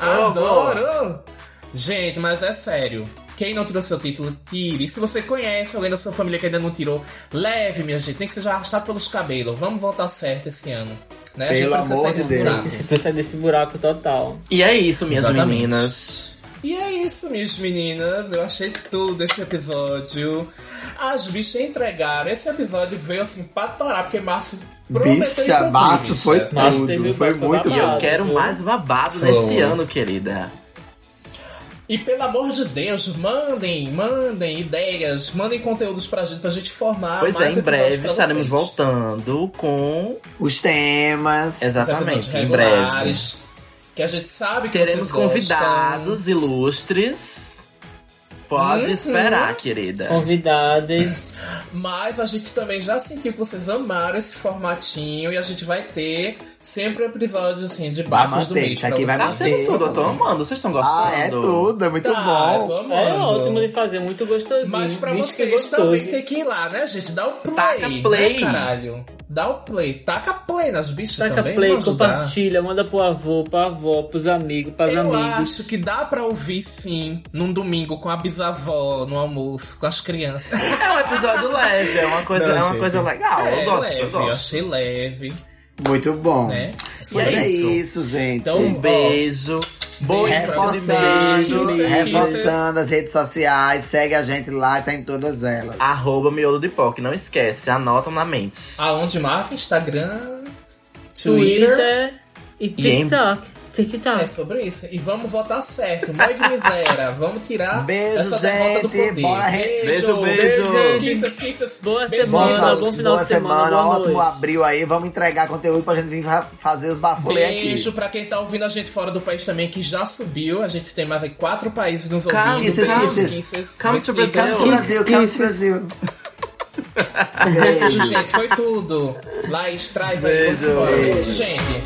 A: Adoro! Gente, mas é sério. Quem não tirou seu título, tire. E se você conhece alguém da sua família que ainda não tirou, leve, minha gente. Nem que seja arrastado pelos cabelos. Vamos voltar certo esse ano. Né? a gente
D: Pelo
A: precisa
D: amor
A: sair
D: de
A: desse
D: Deus.
A: buraco.
B: Você sai desse buraco total.
C: E é isso, minhas
A: Exatamente.
C: meninas.
A: E é isso, minhas meninas. Eu achei tudo esse episódio. As bichas entregaram. Esse episódio veio assim pra torar, porque Márcio prometeu e
D: Bicha,
A: cumpriu,
D: Márcio
A: bicha.
D: foi
B: Márcio teve
D: tudo.
B: uma
D: Foi
B: coisa
D: muito
C: E eu
B: babada.
D: bom.
C: quero
B: viu?
C: mais babado
A: Foi.
C: nesse ano, querida.
A: E pelo amor de Deus, mandem, mandem ideias, mandem conteúdos pra gente, pra gente formar.
C: pois é,
A: mais
C: em
A: episódios
C: breve
A: pra
C: estaremos
A: vocês.
C: voltando com.
D: Os temas.
A: Esses
C: Exatamente,
A: episódios
C: em breve.
A: regulares, Que a gente sabe que
C: Teremos
A: vocês gostam.
C: convidados ilustres. Pode
A: Uhum.
C: esperar, querida.
B: Convidadas.
A: Mas a gente também já sentiu que vocês amaram esse formatinho e a gente vai ter sempre um episódio assim de bafos do
D: manter,
A: mês
D: isso
A: pra
D: aqui vai
C: Tá
A: vocês.
C: sendo tudo, eu tô amando. Vocês estão gostando?
D: Ah, é tudo, é muito
A: Tá, eu
D: bom.
A: tô
B: É
A: amando.
B: ótimo de fazer, muito gostosinho.
A: Mas pra
B: Bicho que
A: vocês
B: gostoso.
A: também tem que ir lá, né, gente? Dá o play.
C: Taca play.
A: Né, caralho. Dá o play. Taca play nas bichas
B: Taca
A: também.
B: play,
A: vamos ajudar.
B: compartilha, manda pro avô, pra avó, pros amigos, pras
A: Eu
B: amigos.
A: acho que dá pra ouvir sim, num domingo com a bisavó, no almoço, com as crianças.
C: É um episódio leve, é uma coisa,
A: Não,
C: é uma
A: gente.
C: coisa legal.
A: É,
C: eu gosto,
A: leve,
C: eu gosto.
A: achei leve,
D: Muito bom.
A: né?
C: E
D: Mas
C: é
D: é
C: isso.
D: isso, gente.
A: Então,
C: Um beijo. Boa
A: Beijo pra
C: de
A: vocês.
C: beijo.
D: Reforçando,
A: Kisses,
D: reforçando as redes sociais, segue a gente lá, tá em todas elas.
C: Arroba miolo de POC, não esquece, anotam na mente.
A: Aonde marca? Instagram, Twitter.
B: Twitter e TikTok.
A: É
B: TikTok.
A: sobre isso. E vamos votar certo. Mãe de miséria. Vamos tirar
D: Beijo,
A: essa derrota do
D: gente.
A: poder.
D: Bora re-
A: Beijo,
C: Beijo, beijo.
A: Kisses, kisses.
B: Boa
A: Beijinhos.
B: semana, bom
D: Boa
B: final de semana, boa
D: ótimo
B: noite.
D: abril aí. Vamos entregar conteúdo pra gente vir fa- fazer os bafolê
A: Beijo
D: aqui.
A: pra quem tá ouvindo a gente fora do país também, que já subiu. A gente tem mais aí quatro países nos
C: Come,
A: ouvindo.
D: kisses,
A: Beijos,
D: kisses.
A: kisses.
C: Come to
A: besitos.
D: Quero o
C: Brasil.
D: Brasil, quero o
B: Kisses,
D: Brasil.
A: Beijo,
D: Beijo.
A: gente. Foi tudo. Laís, traz aí.
C: Beijo.
A: vamos embora. Beijo, gente.